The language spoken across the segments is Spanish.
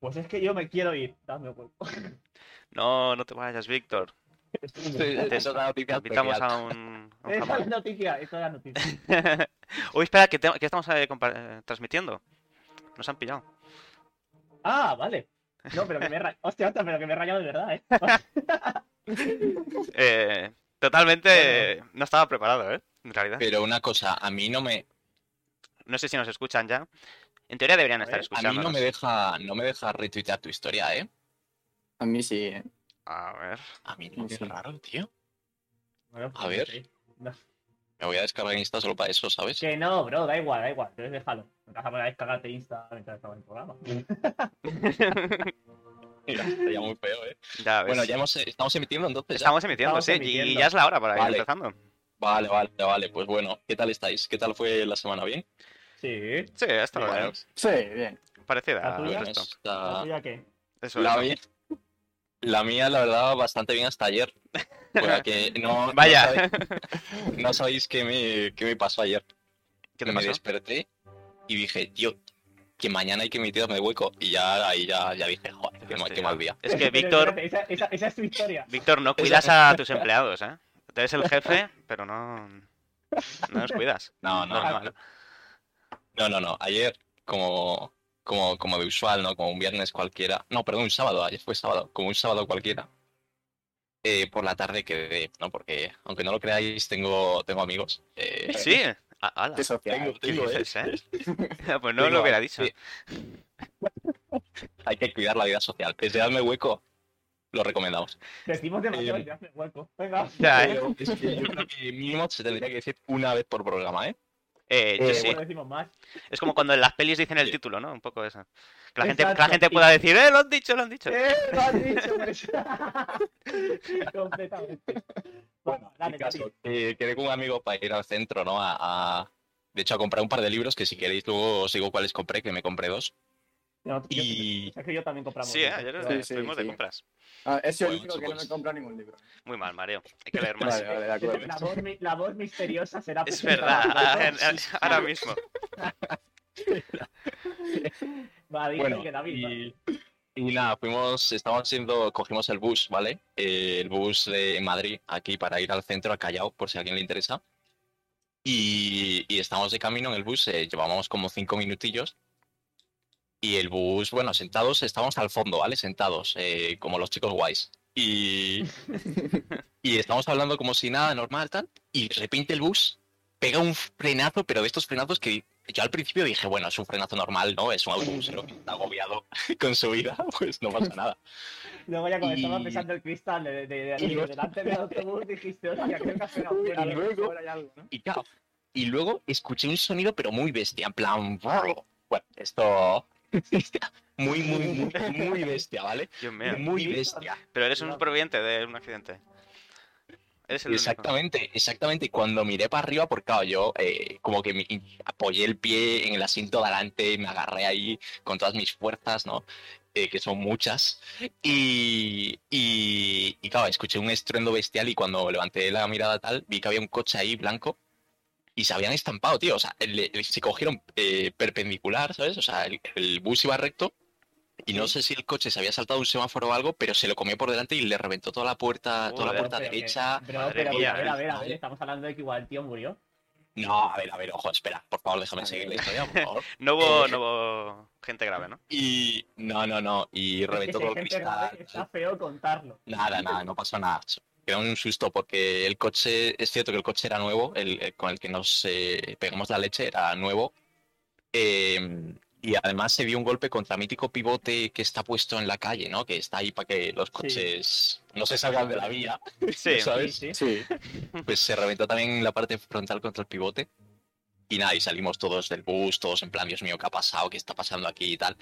Pues es que yo me quiero ir, dame cuerpo. No, no te vayas, Víctor. Te Te toca te noticia invitamos especial. a un... a un Esa es jamón. la noticia, esa es la noticia. Uy, espera, que, te- que estamos eh, compa- eh, transmitiendo. Nos han pillado. Ah, vale. No, pero que me he rayado. Hostia, hostia, pero que me he rayado de verdad, eh. Eh, totalmente eh, no estaba preparado, ¿eh? En realidad. Pero una cosa, a mí no me, No sé si nos escuchan ya. En teoría deberían A estar ver, a mí no escuchándonos. me deja, no me deja retuitear tu historia, ¿eh? A mí sí, ¿eh? A ver. A mí no, qué Sí. raro, tío. Bueno, pues A ver. sí. No. Me voy a descargar Insta solo para eso, ¿sabes? Que no, bro, da igual, da igual. Entonces déjalo. No te vas a poner a descargarte Insta mientras estaba en el programa. Mira, estaría muy feo, ¿eh? ya ves. Bueno, ya hemos, estamos emitiendo entonces. ¿eh? ya. Estamos emitiendo, Estamos sí, y- y emitiendo. ya es la hora para ir Vale. empezando. Vale, vale, vale. Pues bueno, ¿qué tal estáis? ¿Qué tal fue la semana? ¿Bien? Sí. Sí, esta hora Bueno, es Sí, bien. parecida ¿La al tuya? resto. está- ¿Ya qué? Eso La, es. mía- la mía, la verdad, bastante bien hasta ayer. Bueno, que no, Vaya. No sabéis, no sabéis qué, me, qué me pasó ayer. ¿Qué te me pasó? desperté y dije, tío, que mañana hay que emitirme de hueco. Y ya ahí ya, ya dije, joder, qué, mal- qué mal día. Es que Pero Víctor, espérate, Esa, esa, esa es tu historia. Víctor, no cuidas a tus empleados, ¿eh? Tú eres el jefe, pero no. No los cuidas. No, no, Normal. no, no, no. Ayer, como, como, como de usual, ¿no? Como un viernes cualquiera. No, perdón, un sábado, ayer fue sábado, como un sábado cualquiera. Eh, por la tarde quedé, ¿no? Porque, aunque no lo creáis, tengo, tengo amigos. Eh, Sí, a- ala. Qué social. Tengo, ¿Qué tengo, ¿eh? dices, eh? Pues no Tengo- lo hubiera dicho. sí. Hay que cuidar la vida social. Desde darme hueco, lo recomendamos. Decimos de mayor, Eh, ya hace hueco. Venga. Ya, eh. Pero es que yo creo que mínimo se tendría que decir una vez por programa, ¿eh? Eh, yo Eh, sí. No decimos más. Es como cuando en las pelis dicen el Sí. título, ¿no? Un poco eso. Que la gente, que la Exacto. gente pueda decir, ¡eh! Lo han dicho, lo han dicho. ¡Eh! Lo has dicho, pues. Completamente. Bueno, dale, En caso, David. eh, quedé con un amigo para ir al centro, ¿no? A, a- de hecho, a comprar un par de libros que si queréis luego os digo cuáles compré, que me compré dos. No, yo- Y Es que yo también compramos. Sí, eh, ayer Sí, sí, estuvimos de sí. compras. Ah, he sido el Bueno, único que no me supuesto. he comprado ningún libro. Muy mal, Mareo. Hay que leer más. Vale, vale, de acuerdo. La voz, mi- la voz misteriosa será Es presentada verdad, Ah, por ahora- David. ahora mismo. Va, dice Bueno, que David, va. y, y nada, fuimos, estábamos haciendo, cogimos el bus, ¿vale? Eh, el bus de Madrid, aquí para ir al centro, al Callao, por si a alguien le interesa. Y, y estábamos de camino en el bus, eh, llevábamos como cinco minutillos. Y el bus, bueno, sentados, estábamos al fondo, ¿vale? Sentados, eh, como los chicos guays. Y, y estamos hablando como si nada, normal, tal. Y de repente el bus pega un frenazo, pero de estos frenazos que yo al principio dije, bueno, es un frenazo normal, ¿no? Es un autobusero que está agobiado con su vida, pues no pasa nada. Luego ya cuando y- estaba pesando el cristal de, de, de- y de- luego- delante del autobús dijiste, hostia, creo que ha sonado fuera. Y luego- Ahora hay algo, ¿no? Y claro, y luego escuché un sonido, pero muy bestia, en plan, bueno, esto... Muy, muy, muy, muy bestia, ¿vale? Dios mío. Muy bestia. Pero eres un Cuidado. superviviente de un accidente. Eres el único. Exactamente, exactamente. Cuando miré para arriba, porque claro, yo eh, como que me apoyé el pie en el asiento de adelante, me agarré ahí con todas mis fuerzas, ¿no? Eh, que son muchas. Y, y, y, claro, escuché un estruendo bestial y cuando levanté la mirada tal, vi que había un coche ahí blanco y se habían estampado, tío. O sea, le- le- se cogieron eh, perpendicular, ¿sabes? O sea, el, el bus iba recto. Y no sé si el coche se había saltado un semáforo o algo, pero se lo comió por delante y le reventó toda la puerta, toda la Joder, puerta pero que- derecha. Bro, Madre pero que, mía, a ver, a eh. ver, a ver, estamos hablando de que igual el tío murió. No, a ver, a ver, ojo, espera, por favor, déjame seguir la historia, por favor. No hubo, no hubo gente grave, ¿no? Y no, no, no, y Es que reventó si todo hay el gente grave, cristal. está feo contarlo. Nada, nada, no pasó nada. Era un susto porque el coche, es cierto que el coche era nuevo, el, el con el que nos eh, pegamos la leche era nuevo. Eh, y además se vio un golpe contra el mítico pivote que está puesto en la calle, ¿no? Que está ahí para que los coches no se salgan de la vía, Sí. ¿sabes? Sí, sí. Sí. pues se reventó también la parte frontal contra el pivote. Y nada, y salimos todos del bus, todos en plan, Dios mío, ¿qué ha pasado? ¿Qué está pasando aquí y tal?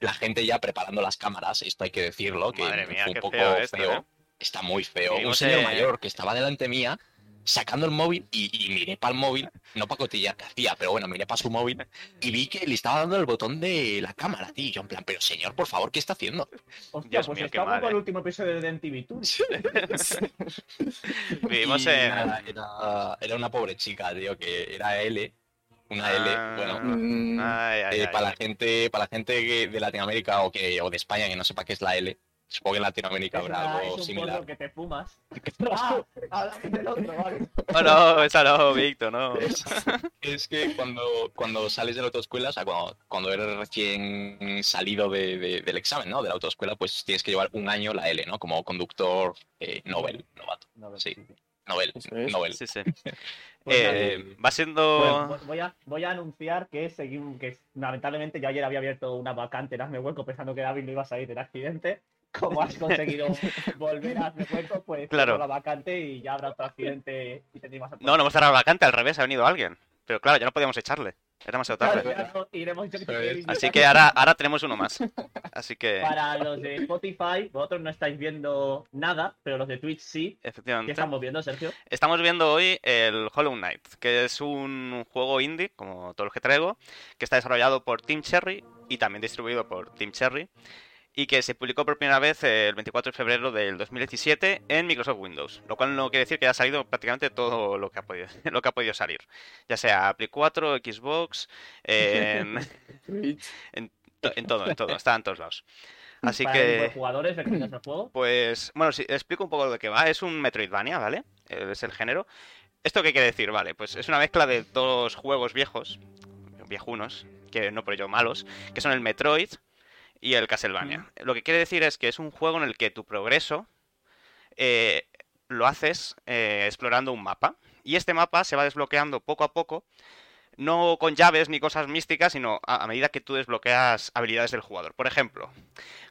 La gente ya preparando las cámaras, esto hay que decirlo, que Madre mía, fue un qué poco feo esto, ¿eh? Está muy feo. Un Vivimos señor en- mayor que estaba delante mía, sacando el móvil, y, y miré para el móvil, no para cotillar que hacía, pero bueno, miré para su móvil, y vi que le estaba dando el botón de la cámara, tío. Y yo en plan, pero señor, por favor, ¿qué está haciendo? Hostia, Dios pues mío, qué está mal, como el eh. último episodio de MTV Tour. Vivimos Y nada, en. era, era una pobre chica, tío, que era L. Una L, Ah. bueno, Mm, Ay, ay, eh, ay. para la gente, para la gente que- de Latinoamérica o que, o de España que no sepa qué es la L, supongo que en Latinoamérica habrá Esa algo es un similar. polvo que te fumas. ah, hablamos del otro, vale. Oh, no, esa no, Víctor, no. Es, es que cuando, cuando sales de la autoescuela, o sea, cuando, cuando eres recién salido de- de- del examen, ¿no? De la autoescuela, pues tienes que llevar un año la L, ¿no? Como conductor eh, Nobel, novato, No, Sí. Nobel, Eso es. Nobel. Sí, sí. Pues Eh, va siendo. Bueno, vo- voy, a, voy a anunciar que seguimos, que lamentablemente yo ayer había abierto una vacante en Hazme Hueco pensando que David no iba a salir del accidente. Como has conseguido volver a Hazme Hueco, pues Claro. cierro la vacante y ya habrá otro accidente y tendremos a... No, no hemos cerrado la vacante, al revés, ha venido alguien. Pero claro, ya no podíamos echarle. Era demasiado Claro, tarde. ya no- y le hemos dicho que te Eso quieres es. invitar. Así que ahora, ahora tenemos uno más. Así que, Para los de Spotify, vosotros no estáis viendo nada, pero los de Twitch sí. ¿Qué efectivamente. estamos viendo, Sergio? Estamos viendo hoy el Hollow Knight, que es un juego indie, como todos los que traigo, que está desarrollado por Team Cherry y también distribuido por Team Cherry, y que se publicó por primera vez el 24 de febrero del 2017 en Microsoft Windows, lo cual no quiere decir que haya salido prácticamente todo lo que ha podido, lo que ha podido salir, ya sea Play 4, Xbox, en, Twitch. to- en todo, en todo, está en todos lados. Así Para que... los jugadores, recomiendas el juego. Pues, bueno, sí, explico un poco de qué va. Es un Metroidvania, ¿vale? Eh, Es el género. ¿Esto qué quiere decir? Vale, pues es una mezcla de dos juegos viejos, viejunos, que no por ello malos, que son el Metroid y el Castlevania. Lo que quiere decir es que es un juego en el que tu progreso eh, lo haces eh, explorando un mapa. Y este mapa se va desbloqueando poco a poco, no con llaves ni cosas místicas, sino a- a medida que tú desbloqueas habilidades del jugador. Por ejemplo,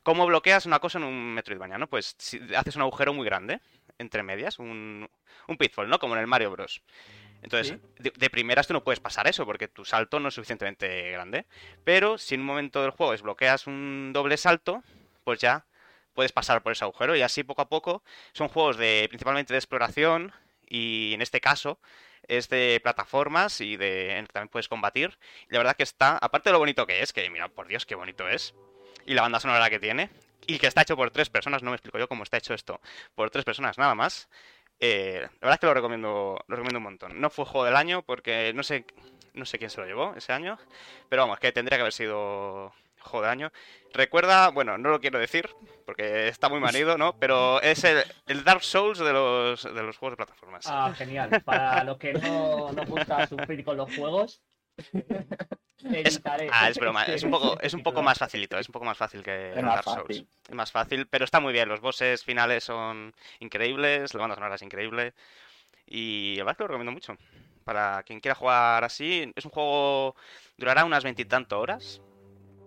¿Cómo bloqueas una cosa en un Metroidvania, no? Pues si haces un agujero muy grande, entre medias, un, un pitfall, ¿no? Como en el Mario Bros. Entonces, de, de primeras tú no puedes pasar eso porque tu salto no es suficientemente grande. Pero si en un momento del juego desbloqueas un doble salto, pues ya puedes pasar por ese agujero y así poco a poco son juegos de principalmente de exploración y en este caso es de plataformas y de en que también puedes combatir. Y la verdad que está, aparte de lo bonito que es, que mira, por Dios, qué bonito es y la banda sonora que tiene, y que está hecho por tres personas, no me explico yo cómo está hecho esto, por tres personas nada más. eh, la verdad es que lo recomiendo, lo recomiendo un montón. No fue juego del año porque no sé, no sé quién se lo llevó ese año, pero vamos, que tendría que haber sido juego del año. Recuerda, bueno, no lo quiero decir porque está muy manido, ¿no? Pero es el, el Dark Souls de los, de los juegos de plataformas. Ah, genial. Para los que no nos gusta sufrir con los juegos, editaré. Ah, es broma, es un poco, es un poco Titular. más facilito, es un poco más fácil que Es el más Dark Souls. fácil. Es más fácil, pero está muy bien, los bosses finales son increíbles, la banda sonora es increíble y la verdad es que lo recomiendo mucho. Para quien quiera jugar así, es un juego durará unas veintitantas horas,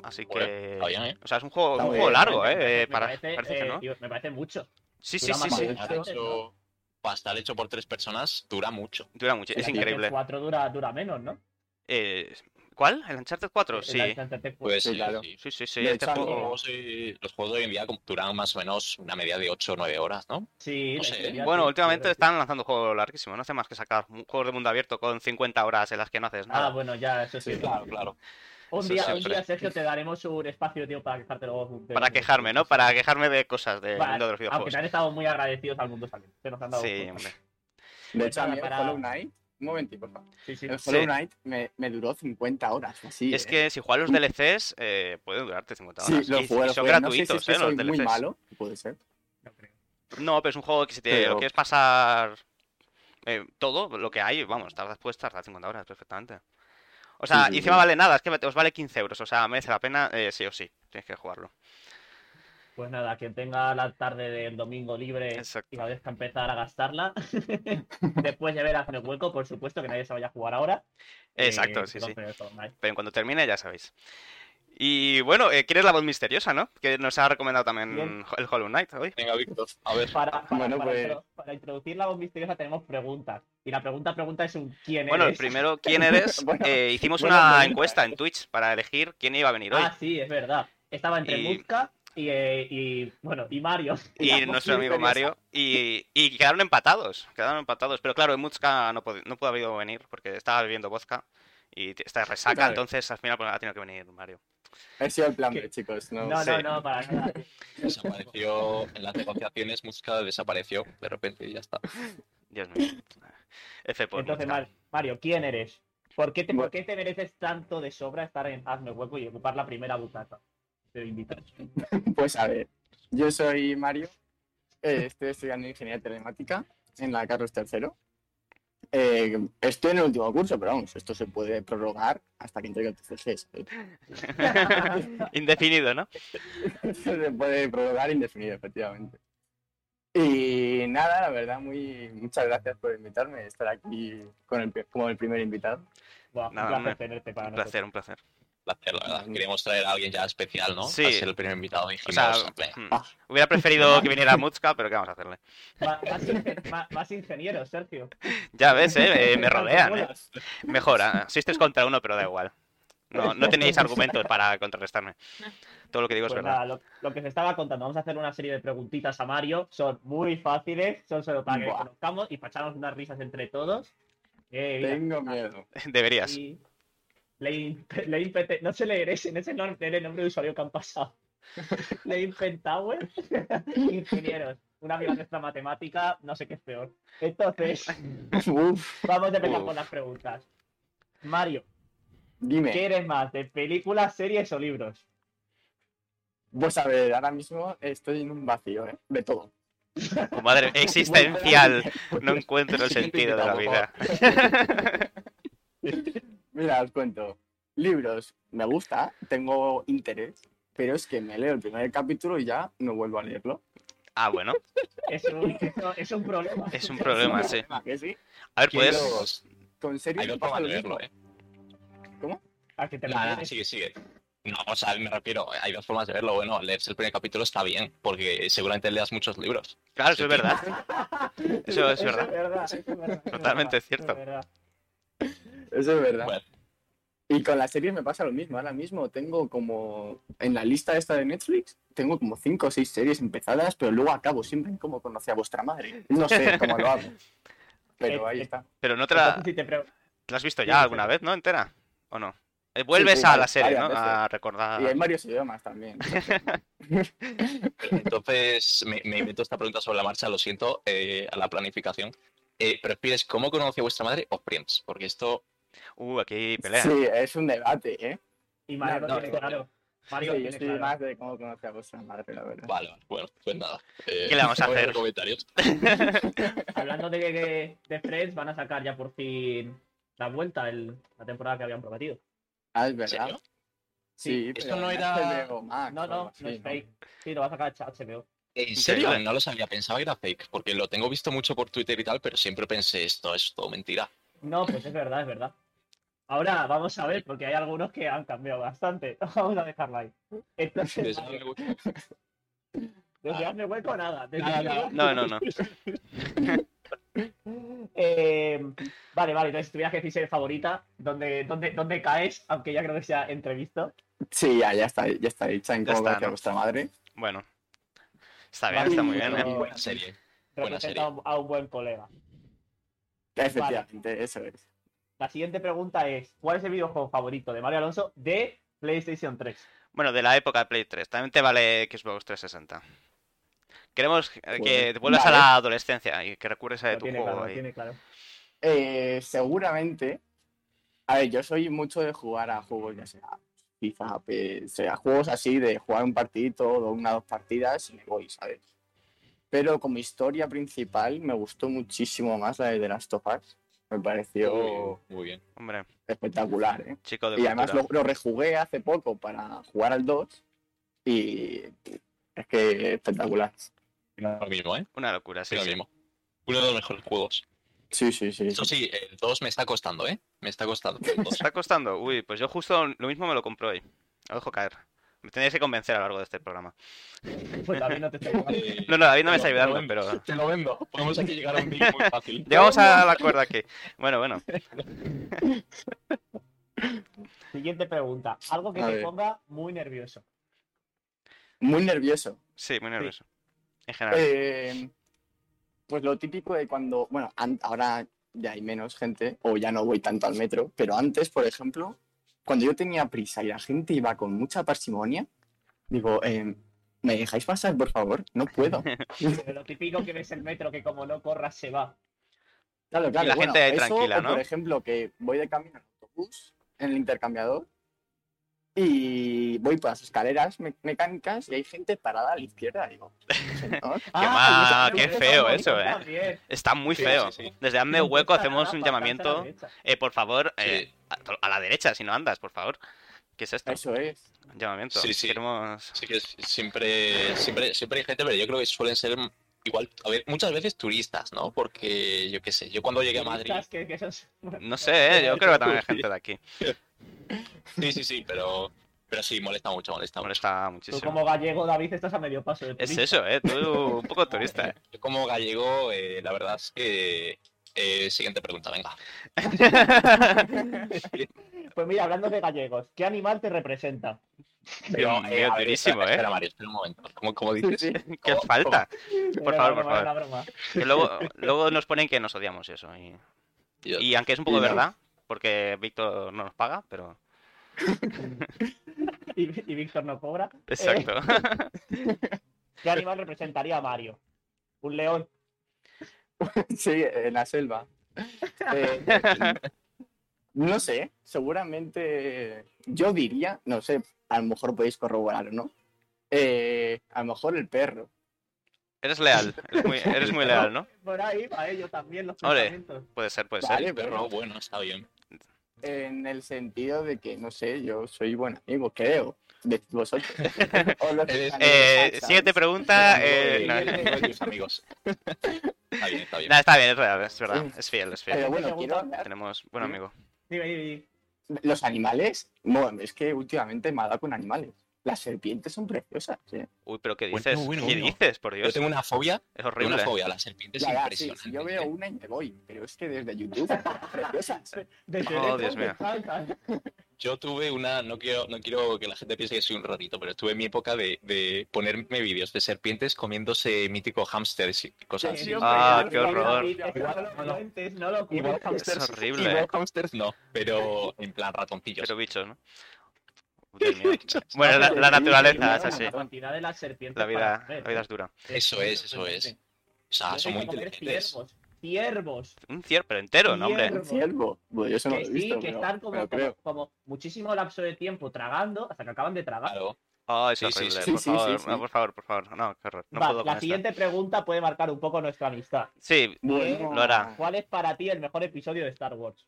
así Joder, que está bien, ¿eh? o sea, es un juego, es Está un muy juego bien, largo, me eh, parece- para- me parece, parece que eh, no. tío, me parece mucho. Sí, sí, dura sí, más sí, de- Para, hecho- para estar hecho por tres personas dura mucho. dura mucho, es El Uncharted increíble. 4 dura, dura menos, ¿no? Eh, ¿cuál? ¿El Uncharted 4? Sí. El Uncharted 4. Pues Sí, sí, claro. sí. Sí, sí, sí, De este hecho, a mí- Los juego juegos, eh, los juegos de hoy en día como- duran más o menos una media de 8 o 9 horas, ¿no? sí, no la sé, historia, Bueno, sí, últimamente sí. están lanzando juegos larguísimos, no hace más que sacar mu- juegos de mundo abierto con 50 horas en las que no haces Ah, nada. bueno, ya, eso sí. claro. Un eso día, un siempre. día, Sergio, te daremos un espacio de tiempo para quejarte luego. de- Para quejarme, ¿no? Para quejarme de cosas del Vale, mundo de los Aunque videojuegos. te han estado muy agradecidos al mundo también. Se nos han dado Sí, cuenta. hombre. De hecho, a mí el Para- Hollow Knight. Un momentito, por favor. sí, sí. El Sí. Hollow Knight me, me duró 50 horas. Así, Es eh. que si juegas los DLCs, eh, pueden durarte 50 Sí, horas. lo y, y jugué. lo son jugué. No sé si es gratuitos, que ¿eh? Los soy muy DLCs. malo. Puede ser. No creo. No, pero es un juego que si te lo Pero- quieres pasar eh, todo lo que hay, vamos, tardas, puedes tardar 50 horas perfectamente. O sea, Sí, sí, y encima sí. vale nada, es que os vale 15 euros, o sea, merece la pena, eh, sí o sí, tienes que jugarlo. Pues nada, quien tenga la tarde del domingo libre Exacto. Eh, y vez que empezar a gastarla. Después de ver a Hazme Hueco, por supuesto, que nadie se vaya a jugar ahora. Eh, Exacto, sí, que sí. compre el Fortnite. Pero en cuanto termine, ya sabéis. Y bueno, eh, ¿quieres la voz misteriosa, no? Que nos ha recomendado también Bien. Ho- el Hollow Knight hoy. Venga, Víctor, a ver. Para, para- Bueno, para pues- intro- para introducir la voz misteriosa tenemos preguntas. Y la pregunta pregunta es un quién Bueno, el eres. primero, ¿quién eres? Bueno, Eh, hicimos buena una pregunta. encuesta en Twitch para elegir quién iba a venir hoy. Ah, sí, es verdad. Estaba entre Y- Muska y, eh, y, bueno, y Mario. y nuestro amigo Mario. Y, y quedaron empatados, quedaron empatados. Pero claro, Mutska no, pod- no pudo haber ido a venir porque estaba bebiendo vodka y t- está de resaca. Claro. Entonces al final pues, ha tenido que venir Mario. He sido el plan ¿Qué? B, chicos. No, no, No, Sí. no, para nada. Desapareció en las negociaciones, música desapareció de repente y ya está. Dios mío. F por Entonces, Mutzka. Mar- Mario, ¿quién eres? ¿Por qué, te, Bueno. ¿Por qué te mereces tanto de sobra estar en Hazme Hueco y ocupar la primera butaca? Te lo invito. Pues a ver, yo soy Mario, eh, estoy estudiando ingeniería telemática en la Carlos III. Eh, estoy en el último curso, pero vamos, esto se puede prorrogar hasta que entregue el TCG. ¿sabes? Indefinido, ¿no? Esto se puede prorrogar indefinido, efectivamente. Y nada, la verdad, muy muchas gracias por invitarme a estar aquí con el, pri- como el primer invitado. Buah, Nada, un placer hombre. tenerte para Un nosotros. placer, un placer. placer, la Mm. verdad. Queríamos traer a alguien ya especial, ¿no? Sí. Para ser el primer invitado. O sea, Dijimos, "Hombre, mm, Ah. hubiera preferido que viniera Mutzka, pero ¿qué vamos a hacerle? Ma- Más, ingen- ma- más ingeniero, Sergio. Ya ves, ¿eh? Eh, Me Tanto rodean, ¿eh? molas. Mejora. Sois contra uno, pero da igual. No, no tenéis argumentos para contrarrestarme. Todo lo que digo es Pues verdad. nada, lo, lo que se estaba contando, vamos a hacer una serie de preguntitas a Mario. Son muy fáciles, son solo para que Buah. conozcamos y pasamos unas risas entre todos. Eh, mira, Tengo miedo. Deberías. y- Lein- Lein Pete- no sé leer ese, no sé no- leer el nombre de usuario que han pasado. Lein Pentower, eh. ingenieros, una amiga nuestra matemática, no sé qué es peor. Entonces, Uf, vamos a empezar Uf. con las preguntas. Mario, dime. ¿qué eres más, de películas, series o libros? Pues a ver, ahora mismo estoy en un vacío, ¿eh? De todo. Oh, madre, existencial. No encuentro el sentido de la vida. Mira, os cuento. Libros, me gusta, tengo interés, pero es que me leo el primer capítulo y ya no vuelvo a leerlo. Ah, bueno, Es un, eso- es un problema. es un problema, sí. ¿A que sí? A ver, ¿quién puedes. los- Con series Hay dos me pasa formas de lo mismo. leerlo, ¿eh? ¿A qué te Nada, refieres? sigue, sigue. No, o sea, me refiero, hay dos formas de verlo. Bueno, leerse el primer capítulo está bien, porque seguramente leas muchos libros. Claro, eso es verdad. Eso es Es verdad. verdad, eso es verdad, eso es verdad, Totalmente eso cierto. es verdad. Eso es verdad. Bueno. Y con las series me pasa lo mismo. Ahora mismo tengo como, en la lista esta de Netflix, tengo como cinco o seis series empezadas, pero luego acabo siempre como conocí a vuestra madre. No sé cómo lo hago. Pero ahí está. Pero no te la, Entonces, si te pre- ¿La has visto Sí, ya alguna sí. vez, no? ¿Entera? ¿O no? Eh, Vuelves sí, a varias- la serie, varias ¿no? A veces. recordar. Y hay varios idiomas también. Entonces, me, me invento esta pregunta sobre la marcha, lo siento, eh, a la planificación. Eh, ¿Prefieres cómo conocí a vuestra madre o Friends? Porque esto, Uh, aquí pelea. Sí, es un debate, ¿eh? Y Mario No, lo no, tiene no. claro. Mario Sí, lo tiene yo estoy claro. más de cómo conocí a vuestra madre, la verdad. vale, vale, bueno, pues nada. Eh, ¿Qué le vamos a no voy hacer? comentarios. Hablando de, de, de Friends, van a sacar ya por fin la vuelta, el, la temporada que habían prometido. Ah, es ¿En verdad. serio? Sí, Esto pero no en era- HBO Max No, o algo no, así, no es fake. Sí, lo va a sacar HBO. ¿En serio? serio? eh, No lo sabía, pensaba que era fake, porque lo tengo visto mucho por Twitter y tal, pero siempre pensé esto es todo mentira. No, pues es verdad, es verdad. Ahora vamos a ver, porque hay algunos que han cambiado bastante. Vamos a dejarla ahí. Entonces, Desde- Mario, desde hazme hueco nada. desde Nada, hazme nada. hueco. No, no, no. Eh, vale, vale, entonces si tuvieras que decir serie favorita, ¿dónde, dónde, ¿dónde caes? Aunque ya creo que sea entrevisto. Sí, ya, ya está, ya está hecha en Ya cómo está, conocí a ¿no? vuestra madre. Bueno. Está bien, Vale, está muy bien, pero- ¿eh? Buena serie. Buena Representa a un- a un buen colega. Efectivamente, eso es. La siguiente pregunta es: ¿Cuál es el videojuego favorito de Mario Alonso de PlayStation 3? Bueno, de la época de Play 3. También te vale Xbox 360. Queremos eh, que Joder. te vuelvas Vale. a la adolescencia y que recuerdes a Lo Eh, tu tiene juego claro, lo ahí. tiene claro. Eh, seguramente, a ver, yo soy mucho de jugar a juegos, ya sea FIFA, PS, sea juegos así de jugar un partidito, o una o dos partidas y me voy, ¿sabes? Pero como historia principal me gustó muchísimo más la de The Last of Us. Me pareció Muy bien. Hombre, espectacular, ¿eh? chico de Y además cultura. lo, lo rejugué hace poco para jugar al 2 y es que espectacular. Lo mismo, ¿eh? Una locura, sí, lo sí. mismo. Uno de los mejores juegos. Sí, sí, sí. Eso sí, el 2 me está costando, ¿eh? Me está costando. el dos. ¿Está costando? Uy, pues yo justo lo mismo me lo compro hoy. Lo dejo caer. Me tendrías que convencer a lo largo de este programa. Pues también no te estoy jugando. Eh, No, no, David no me está Pero- ayudando, pero... Te lo vendo. Podemos aquí llegar a un deal muy fácil. Llegamos a la cuerda aquí. Bueno, bueno. Siguiente pregunta: Algo que A te ver. ponga muy nervioso. Muy nervioso. Sí, muy nervioso. En general. Eh, pues lo típico de cuando, bueno, an- ahora ya hay menos gente o ya no voy tanto al metro, pero antes, por ejemplo, cuando yo tenía prisa y la gente iba con mucha parsimonia, digo, eh, ¿me dejáis pasar, por favor? No puedo. Pero lo típico que ves el metro que, como no corras, se va. Claro, claro. la bueno, gente ahí eso, tranquila, o ¿no? Por ejemplo, que voy de camino al autobús bus en el intercambiador y voy por las escaleras me- mecánicas y hay gente parada a la izquierda. Digo, señor, y ma- esa- Ah, qué feo está eso, bonito ¿eh? también. Está muy Sí, feo. sí, sí. Desde hazme No hueco cuesta hacemos nada aparcarse a un la llamamiento. derecha. Eh, por favor, Sí. eh, a, a la derecha, si no andas, por favor. ¿Qué es esto? eso es. Un llamamiento. Sí, sí. Queremos... Sí que es- siempre, siempre, siempre hay gente, pero yo creo que suelen ser igual, a ver, muchas veces turistas, ¿no? Porque yo qué sé, yo cuando llegué a Madrid. Turistas que- que son- No sé, eh, yo creo que también hay gente de aquí. Sí, sí, sí, pero, pero sí, molesta mucho, molesta mucho. Molesta Tú muchísimo. como gallego, David, estás a medio paso de Es turista. eso, eh. Tú un poco turista, eh. Yo como gallego, eh, la verdad es que. eh, siguiente pregunta, venga. Pues mira, hablando de gallegos, ¿qué animal te representa? Dios Pero, mío, a ver, durísimo, espera, eh. Espera, Mario, espera un momento. ¿Cómo, cómo dices? ¿Qué falta? Por Era favor, broma, por favor. era broma. Que luego, luego nos ponen que nos odiamos y eso. Y, Yo- y aunque es un poco Y no. verdad, porque Víctor no nos paga, pero. Y, y Víctor no cobra. Eh, Exacto. ¿Qué animal representaría a Mario? Un león. Sí, en la selva. Eh, no sé, seguramente yo diría, no sé, a lo mejor podéis corroborar o no. eh, a lo mejor el perro. Eres leal, eres muy, eres muy leal, ¿no? Por ahí, para ellos también los Ole. pensamientos. Puede ser, puede ser. Vale, pero eh, Pero bueno, está bien. en el sentido de que, no sé, yo soy buen amigo, creo, de vosotros. O los que Eres- están en el Eh, chat, siguiente ¿sabes? pregunta. Eh, eh, no, eh, eh, tus amigos. Está bien, está bien. no, está bien, es real, es verdad. Es fiel, es fiel. Pero bueno, quiero Pregunta. hablar. Tenemos buen amigo. Dime, dime, dime. Los animales, bueno, es que últimamente me ha dado con animales. Las serpientes son preciosas. ¿eh? Uy, pero ¿qué Bueno, dices? bueno, ¿Qué bueno. dices? Por Yo Dios, tengo una fobia, es tengo una horrible. fobia a las serpientes La verdad, sí, impresionante. sí, yo veo ¿eh? una y me voy, pero es que desde YouTube son preciosas. ¿eh? Desde Oh, lejos Dios me mío. saltan. Yo tuve una, no quiero, no quiero que la gente piense que soy un rarito, pero estuve en mi época de, de ponerme vídeos de serpientes comiéndose mítico hamsters y cosas Sí, así. sí, hombre, Ah, no, qué no, horror. no, no lo No, no. cuentes, no lo Y veo cuentes. Es horrible, y veo eh. hamsters no, pero en plan ratoncillos. Pero bichos, ¿no? Dios mío. Bueno, la, la pero- naturaleza es así. La cantidad de las serpientes. La vida, para comer, la vida ¿eh? es dura. Eso es, eso es. Tienes O sea, son que muy comer inteligentes. Ciervos. Ciervos. Un ciervo, pero entero, ¿no, hombre? Ciervo. Un ciervo. Bueno, yo eso no Que lo he sí, visto, que pero, están como, pero creo. como, como muchísimo lapso de tiempo tragando hasta que acaban de tragar. Claro. Ah, es Sí, sí, horrible, sí, por sí, favor, sí, sí. no, por favor, por favor, no, qué horror, no Va, puedo con la esta. siguiente pregunta puede marcar un poco nuestra amistad. Sí, Bueno, Lo hará. ¿Cuál es para ti el mejor episodio de Star Wars?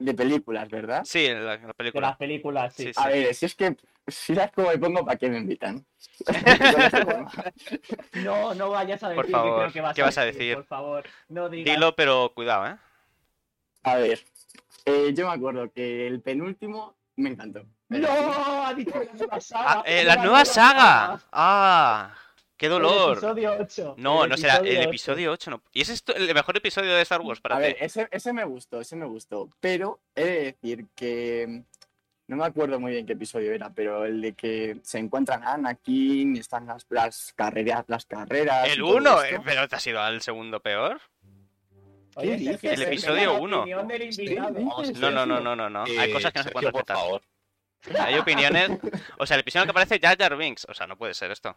De películas, ¿verdad? sí, la, la De película. las películas, sí. Ah, Sí, sí. A ver, si es que si las como me pongo, ¿para qué me invitan? Yo no sé cómo- No, no vayas a decir Por que favor, creo que vas ¿qué a vas a decir, decir? Por favor, no digas. Dilo, pero cuidado, ¿eh? A ver, eh, yo me acuerdo que el penúltimo me encantó. ¡No! Ha dicho la nueva saga. Ah, eh, Una la nueva saga. Ah, qué El dolor. episodio 8. No, El no será episodio el 8. episodio 8. No... ¿Y ese es tu- el mejor episodio de Star Wars A para ver, ti? ese, ese me gustó, ese me gustó. Pero he de decir que mm, no me acuerdo muy bien qué episodio era, pero el de que se encuentran Anakin, están las, las carreras, las carreras. y El Eh, todo 1, esto. pero te has ido al segundo peor. Oye, ¿Qué es que dices? se El episodio queda la uno. opinión del invitado. Sí, Vamos, No, no, no, no, no, no. Hay Eh, cosas que no se pueden Sergio, por respetar. favor. Hay opiniones. O sea, el episodio en el que aparece Jar Jar Binks. O sea, no puede ser esto.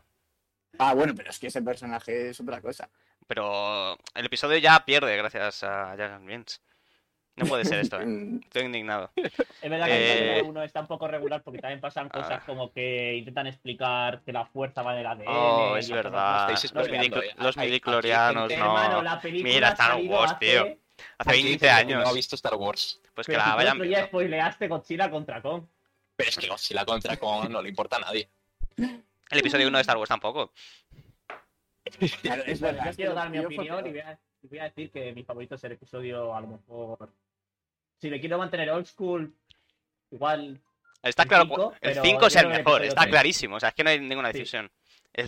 Ah, bueno, pero es que ese personaje es otra cosa. Pero el episodio ya pierde gracias a Jar Jar Binks. No puede ser esto, ¿eh? Mm, Estoy indignado. Es verdad que el Eh, episodio 1 está un poco regular porque también pasan cosas ah. como que intentan explicar que la fuerza va del ADN. Oh, es y otras verdad. cosas. estáis Los, spoileando, midiclo- eh. los Hay- hay midiclorianos, gente- Hermano, no. la película Mira, ha Star salido Wars, hace- tío. Hace Hay 20 gente que No ha años. visto Star Wars. Pues que Pero la si vayan tú ya viendo. spoileaste Godzilla contra Kong. Pero es que Godzilla contra Kong no le importa a nadie. El episodio 1 de Star Wars tampoco. claro, es Bueno, verdad, yo es quiero que dar mi yo fue opinión peor. y voy, a, y voy a decir que mi favorito es el episodio, a lo mejor. Si le quiero mantener old school, igual. Está El claro, cinco, cu- el pero 5 es yo creo el que el mejor, episodio está tres. clarísimo, o sea, es que no hay ninguna Sí. decisión. El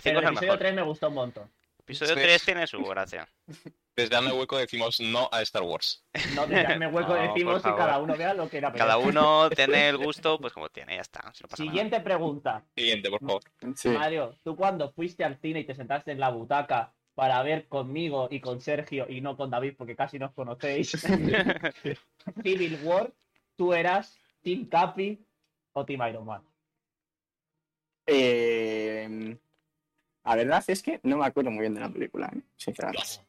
Pero 5 es el el episodio mejor. 3 me gustó un montón. Episodio Sí. 3 tiene su gracia. Desde Hazme Hueco decimos no a Star Wars. No me hueco No, decimos por y cada favor. uno vea lo que era. Cada uno tiene el gusto, pues como tiene, ya está. si no pasa nada. Siguiente pregunta. Siguiente, por favor. Sí. Mario, tú cuando fuiste al cine y te sentaste en la butaca para ver conmigo y con Sergio y no con David porque casi nos conocéis Civil War, tú eras Team Capi o Team Iron Man. Eh, la verdad es que no me acuerdo muy bien de la película, ¿eh? sinceramente.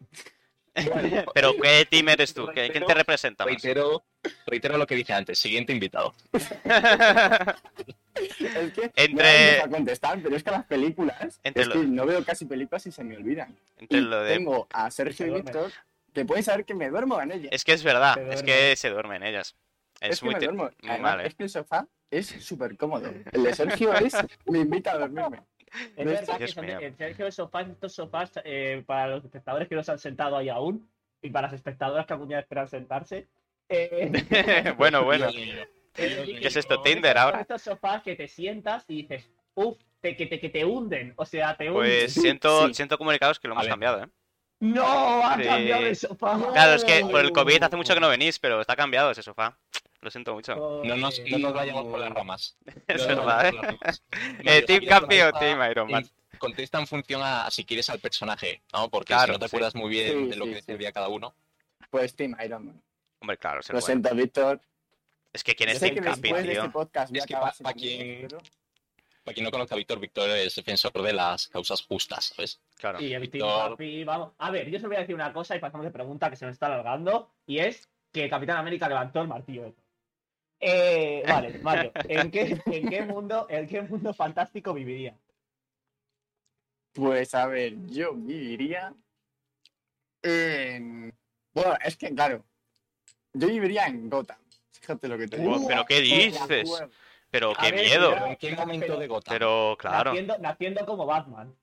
Pero ¿qué team eres tú? ¿Qué- ¿Quién te representa más? Reitero, Reitero lo que dije antes, siguiente invitado. Es que Entre- no a contestar, pero es que las películas. Entre es lo- que no veo casi películas y se me olvidan. Entre Y lo de... Tengo a Sergio y duerme. Víctor, que pueden saber que me duermo en ella. Es que es verdad, Se es duerme. que se duermen ellas. Es, Es que muy me tri- duermo. muy Además, mal, ¿eh? es que el sofá es súper cómodo. El de Sergio es me invita a dormirme. Es No es- verdad que Dios son mío. de- el Sergio de sofás, estos sofás, eh, para los espectadores que no se han sentado ahí aún, y para las espectadoras que algún día esperan sentarse. eh, bueno, bueno. ¿Qué es esto, Tinder ahora? Estos sofás que te sientas y dices, uff, te, que, te, que te hunden, o sea, te hunden. Pues siento, Sí. siento comunicados que lo A hemos ver. cambiado, ¿eh? ¡No! Ha Sí. cambiado de sofá. Claro, es que por el COVID hace mucho que no venís, pero está cambiado ese sofá. Lo siento mucho. No nos, no nos vayamos por las ramas. Es No verdad, nos ¿eh? vayamos por las ramas. Eh, Mario, team mira, Campeo, contesta- Team Iron Man. en- Contesta en función a, a si quieres al personaje, ¿no? Porque Claro, si no te sí. acuerdas muy bien Sí, de lo sí, que sí. servía cada uno. Pues Team Iron Man. Hombre, claro, se Lo puede. siento, Víctor. Es que quién Yo es sé Team que Campy, después de este tío. podcast voy Es a que pa- acabar pa' sin amigos, quien- pero- Para quien no conozca a Víctor, Víctor es defensor de las causas justas, ¿sabes? Claro. Y el Team Víctor. Papi, vamos. A ver, yo os voy a decir una cosa y pasamos de pregunta que se nos está alargando, y es que Capitán América levantó el martillo. Eh, vale, Mario, ¿en qué, en, qué mundo, ¿en qué mundo fantástico viviría? Pues a ver, yo viviría en. Bueno, es que claro. Yo viviría en Gotham. Fíjate lo que te digo. Wow, pero ¿qué dices? Pero A qué ver, miedo. mira. ¿En qué momento de Gotham? Pero claro. Naciendo, naciendo como Batman.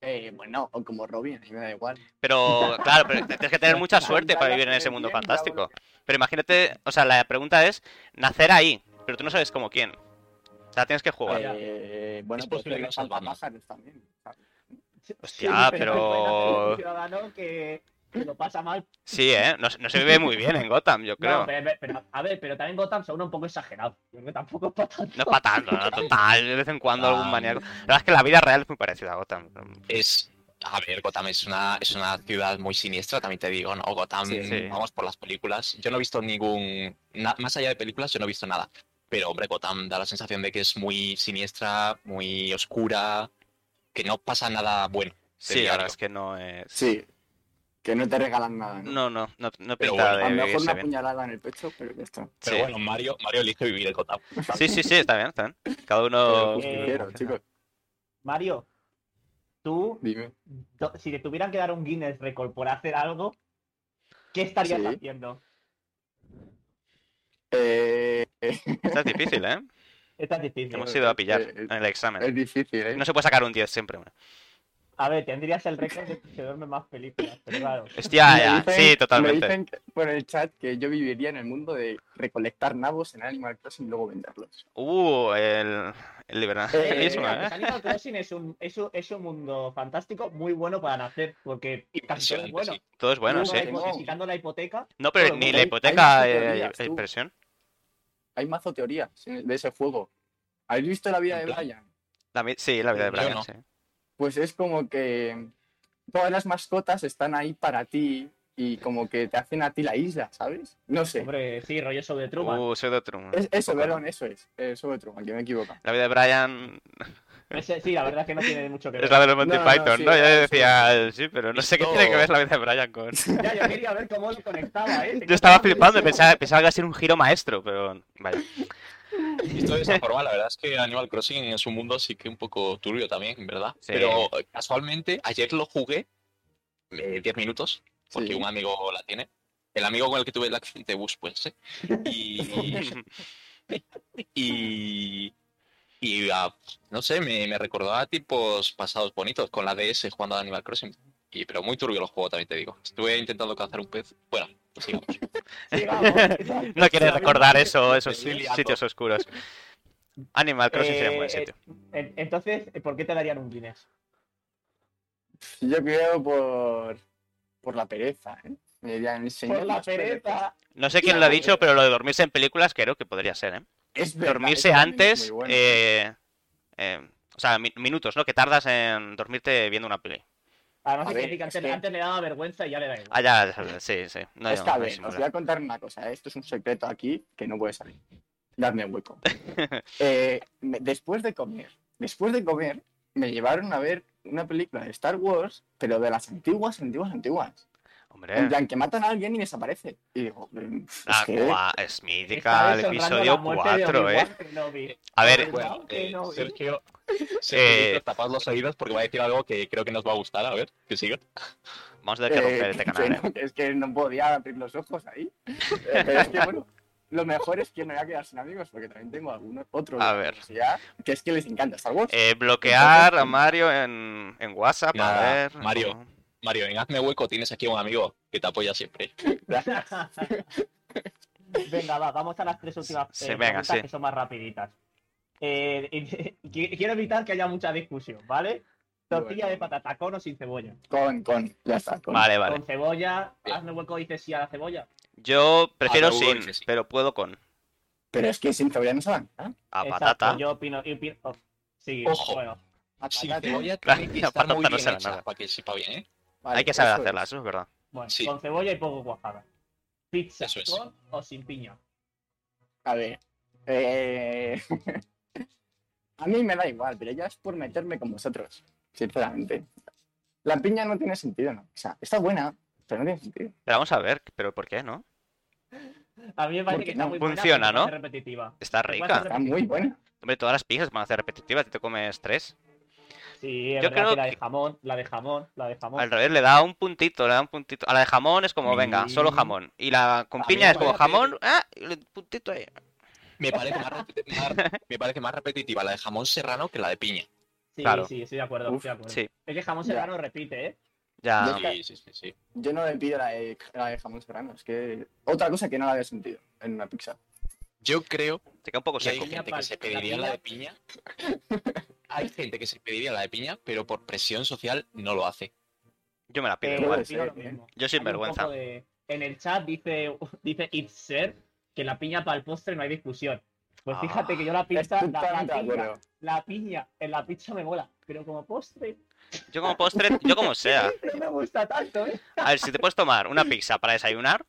Eh, bueno, o como Robin, a mí me da igual. Pero claro, pero tienes que tener mucha suerte para vivir en ese mundo fantástico. Pero imagínate, o sea, la pregunta es nacer ahí, pero tú no sabes como quién. O sea, tienes que jugar. Eh, bueno, Es pues posible que que no sea Batman. pájaros también. ¿sabes? Hostia, Sí, pero- Un ciudadano que, que lo pasa mal. Sí, ¿eh? No, no se vive muy bien en Gotham, yo No, creo. pero, pero- a ver, pero también Gotham se uno un poco exagerado. Yo creo que tampoco es para tanto. No es para tanto, ¿no? total, de vez en cuando algún Ah. maníaco. La verdad es que la vida real es muy parecida a Gotham. Es. A ver, Gotham es una, es una ciudad muy siniestra, también te digo, ¿no? Gotham, Sí, sí. vamos por las películas. Yo no he visto ningún. na- más allá de películas, yo no he visto nada. Pero, hombre, Gotham da la sensación de que es muy siniestra, muy oscura, que no pasa nada bueno. Sí, la diario. verdad es que no es... Sí. Que no te regalan nada. ¿no? No, no, no, no Pero pinta bueno, de a lo mejor vivirse una bien. puñalada en el pecho, pero ya está. Pero Sí. bueno, Mario, Mario elige vivir en Gotham. Sí, sí, sí, está bien, está bien. Cada uno... Eh, Quiero, chicos, Mario, tú, dime. do- si te tuvieran que dar un Guinness Record por hacer algo, ¿qué estarías Sí. haciendo? Eh, Está difícil, ¿eh? Esta es difícil. Hemos ido a pillar eh, en el examen. es difícil, ¿eh? No se puede sacar un 10 siempre. bueno. A ver, tendrías el récord de que se duermen más películas, pero claro. Me Hostia, Ah, ya, dicen- sí, Me totalmente. dicen que- por el chat que yo viviría en el mundo de recolectar nabos en Animal Crossing y luego venderlos. Uh, el, el liberalismo, mira, ¿eh? pues Animal Crossing es un, es, un, es un mundo fantástico muy bueno para nacer, porque casi todo es Impresionante, bueno. sí. Todo es bueno, Uno sí. va hipo- Quitando la hipoteca, No, pero eh, Todo ni muy- la hay- hipoteca hay muchas eh, teorías, hay tú. presión. Hay mazo teorías de ese juego. ¿Habéis visto la vida de En plan- Brian? La mi- sí, la vida de Yo Brian, no. sí. Pues es como que todas las mascotas están ahí para ti y como que te hacen a ti la isla, ¿sabes? No sé. hombre, sí, rollo sobre Truman. Uh, soy de Truman. Es- eso, Poco. perdón, eso es. Eh, Eso es otro, que me equivoco. La vida de Brian Ese- sí, la verdad es que no tiene mucho que ver. es la de los Monty No, no, Python, sí, ¿no? no, Ya sí. decía, sí, pero no sé qué Esto- tiene que ver la vida de Brian con... Ya, yo quería ver cómo lo conectaba, ¿eh? Yo estaba flipando, pensaba, pensaba que iba a ser un giro maestro, pero vaya. Visto de esa forma, la verdad es que Animal Crossing es un mundo así que un poco turbio también, ¿verdad? Sí. Pero eh, casualmente, ayer lo jugué eh, 10 minutos, porque Sí. un amigo la tiene. El amigo con el que tuve el accidente de bus, pues, ¿eh? Y, y, y, ah, no sé, me, me recordó a tipos pasados bonitos con la DS jugando a Animal Crossing. Y, pero muy turbio los juegos, también te digo. Estuve intentando cazar un pez. Bueno, pues sigamos. Sí, vamos. No quieres recordar eso, esos Sí, liato. sitios oscuros. Animal Crossing sería un buen Eh, sitio. en- Entonces, ¿por qué te darían un Guinness? Yo creo por, por la pereza, ¿eh? Me dirían, "Señor, Por la más pereza". pereza. No sé quién lo ha dicho, pero lo de dormirse en películas creo que podría ser, ¿eh? Es verdad, dormirse eso también es antes, muy bueno. eh, eh, o sea, mi- minutos, ¿no? Que tardas en dormirte viendo una peli. Además, A es que ver, Eric es antes, que- antes le daba vergüenza y ya le da igual. Ah, ya, ya, sí, sí. No, es no, que, no a hay ver, os voy simulación. a contar una cosa. ¿eh? Esto es un secreto aquí que no puede salir. Dadme hueco. Eh, me- después de comer, después de comer, me llevaron a ver una película de Star Wars, pero de las antiguas, antiguas, antiguas. Hombre, En plan, que matan a alguien y desaparece. Y digo, mm, es la que- cua- es mítica Está el deshonrando episodio la muerte de 4, ¿eh? Obi-Wan Kenobi. A ver, Bueno, Bueno, que eh, no, Sergio, Eh, Sergio, tapad los oídos porque va a decir algo que creo que nos va a gustar. A ver, que siga. vamos a tener que Eh, romper este que canal, ¿eh? no- es que no podía abrir los ojos ahí. Eh, Pero es que, bueno, lo mejor es que no voy a quedar sin amigos, porque también tengo algunos otros A de la ver. universidad que es que les encanta Star Wars. Eh, bloquear a Entonces, Mario en, en WhatsApp, a Nada, ver. Mario. no. Mario, en Hazme Hueco tienes aquí a un amigo que te apoya siempre. Venga, va, vamos a las tres últimas eh, Sí, venga, preguntas sí. que son más rapiditas. Eh, y- qui- quiero evitar que haya mucha discusión, ¿vale? Tortilla Bueno. de patata, con o sin cebolla. Con, con, ya está. Con. Vale, vale. Con cebolla, Bien. hazme hueco y dices sí a la cebolla. Yo prefiero Hugo sin, dice sí. pero puedo con. Pero es que sin cebolla no se van. ¿eh? A Exacto, patata. Yo opino, yo opino- oh, sí, Ojo. bueno. Sin Patata, cebolla Claro, tiene que la estar muy patata no bien será hecha nada. para que sepa bien, ¿eh? vale, Hay que saber eso hacerla, es. eso es verdad. Bueno, Sí. con cebolla y poco cuajada. Pizza, Eso es. con o sin piña. A ver. eh, a mí me da igual, pero ya es por meterme con vosotros, sinceramente. La piña no tiene sentido, ¿no? O sea, está buena, pero no tiene sentido. Pero vamos a ver, pero ¿por qué no? A mí me parece Porque que está no. muy buena, Funciona, pero ¿no? es repetitiva. Está Pues Te rica. puedes Está muy buena. Hombre, todas las pizzas van a ser repetitivas, si te comes tres. Sí, es verdad Yo creo que la de que- jamón, la de jamón, la de jamón. Al revés, le da un puntito, le da un puntito. A la de jamón es como, venga, solo Mm. jamón. Y la con A mí piña me es como parece- jamón, ah, y el puntito ahí. Me parece, más repeti- más- me parece más repetitiva la de jamón serrano que la de piña. Sí, Claro. sí, estoy de acuerdo, Uf, estoy de acuerdo. Sí, Es que jamón Ya. serrano repite, ¿eh? ya. Yo- Sí, sí, sí, sí. Yo no le pido la de, la de jamón serrano, es que otra cosa que no la había sentido en una pizza. Yo creo Te queda un poco que hay seco. piña gente pa- que se la pediría la de piña. Hay gente que se pediría la de piña, pero por presión social no lo hace. Yo me la pido Eh, puede igual. opino ser, lo ¿eh? mismo. Yo Hay sin un vergüenza. poco de- En el chat dice, dice Itzer que la piña para el postre no hay discusión. Pues Ah. fíjate que yo la pizza, la, la Totalmente de piña, acuerdo. la piña, en la pizza me mola, pero como postre Yo como postre, yo como sea. no me gusta tanto, ¿eh? A ver, si te puedes tomar una pizza para desayunar,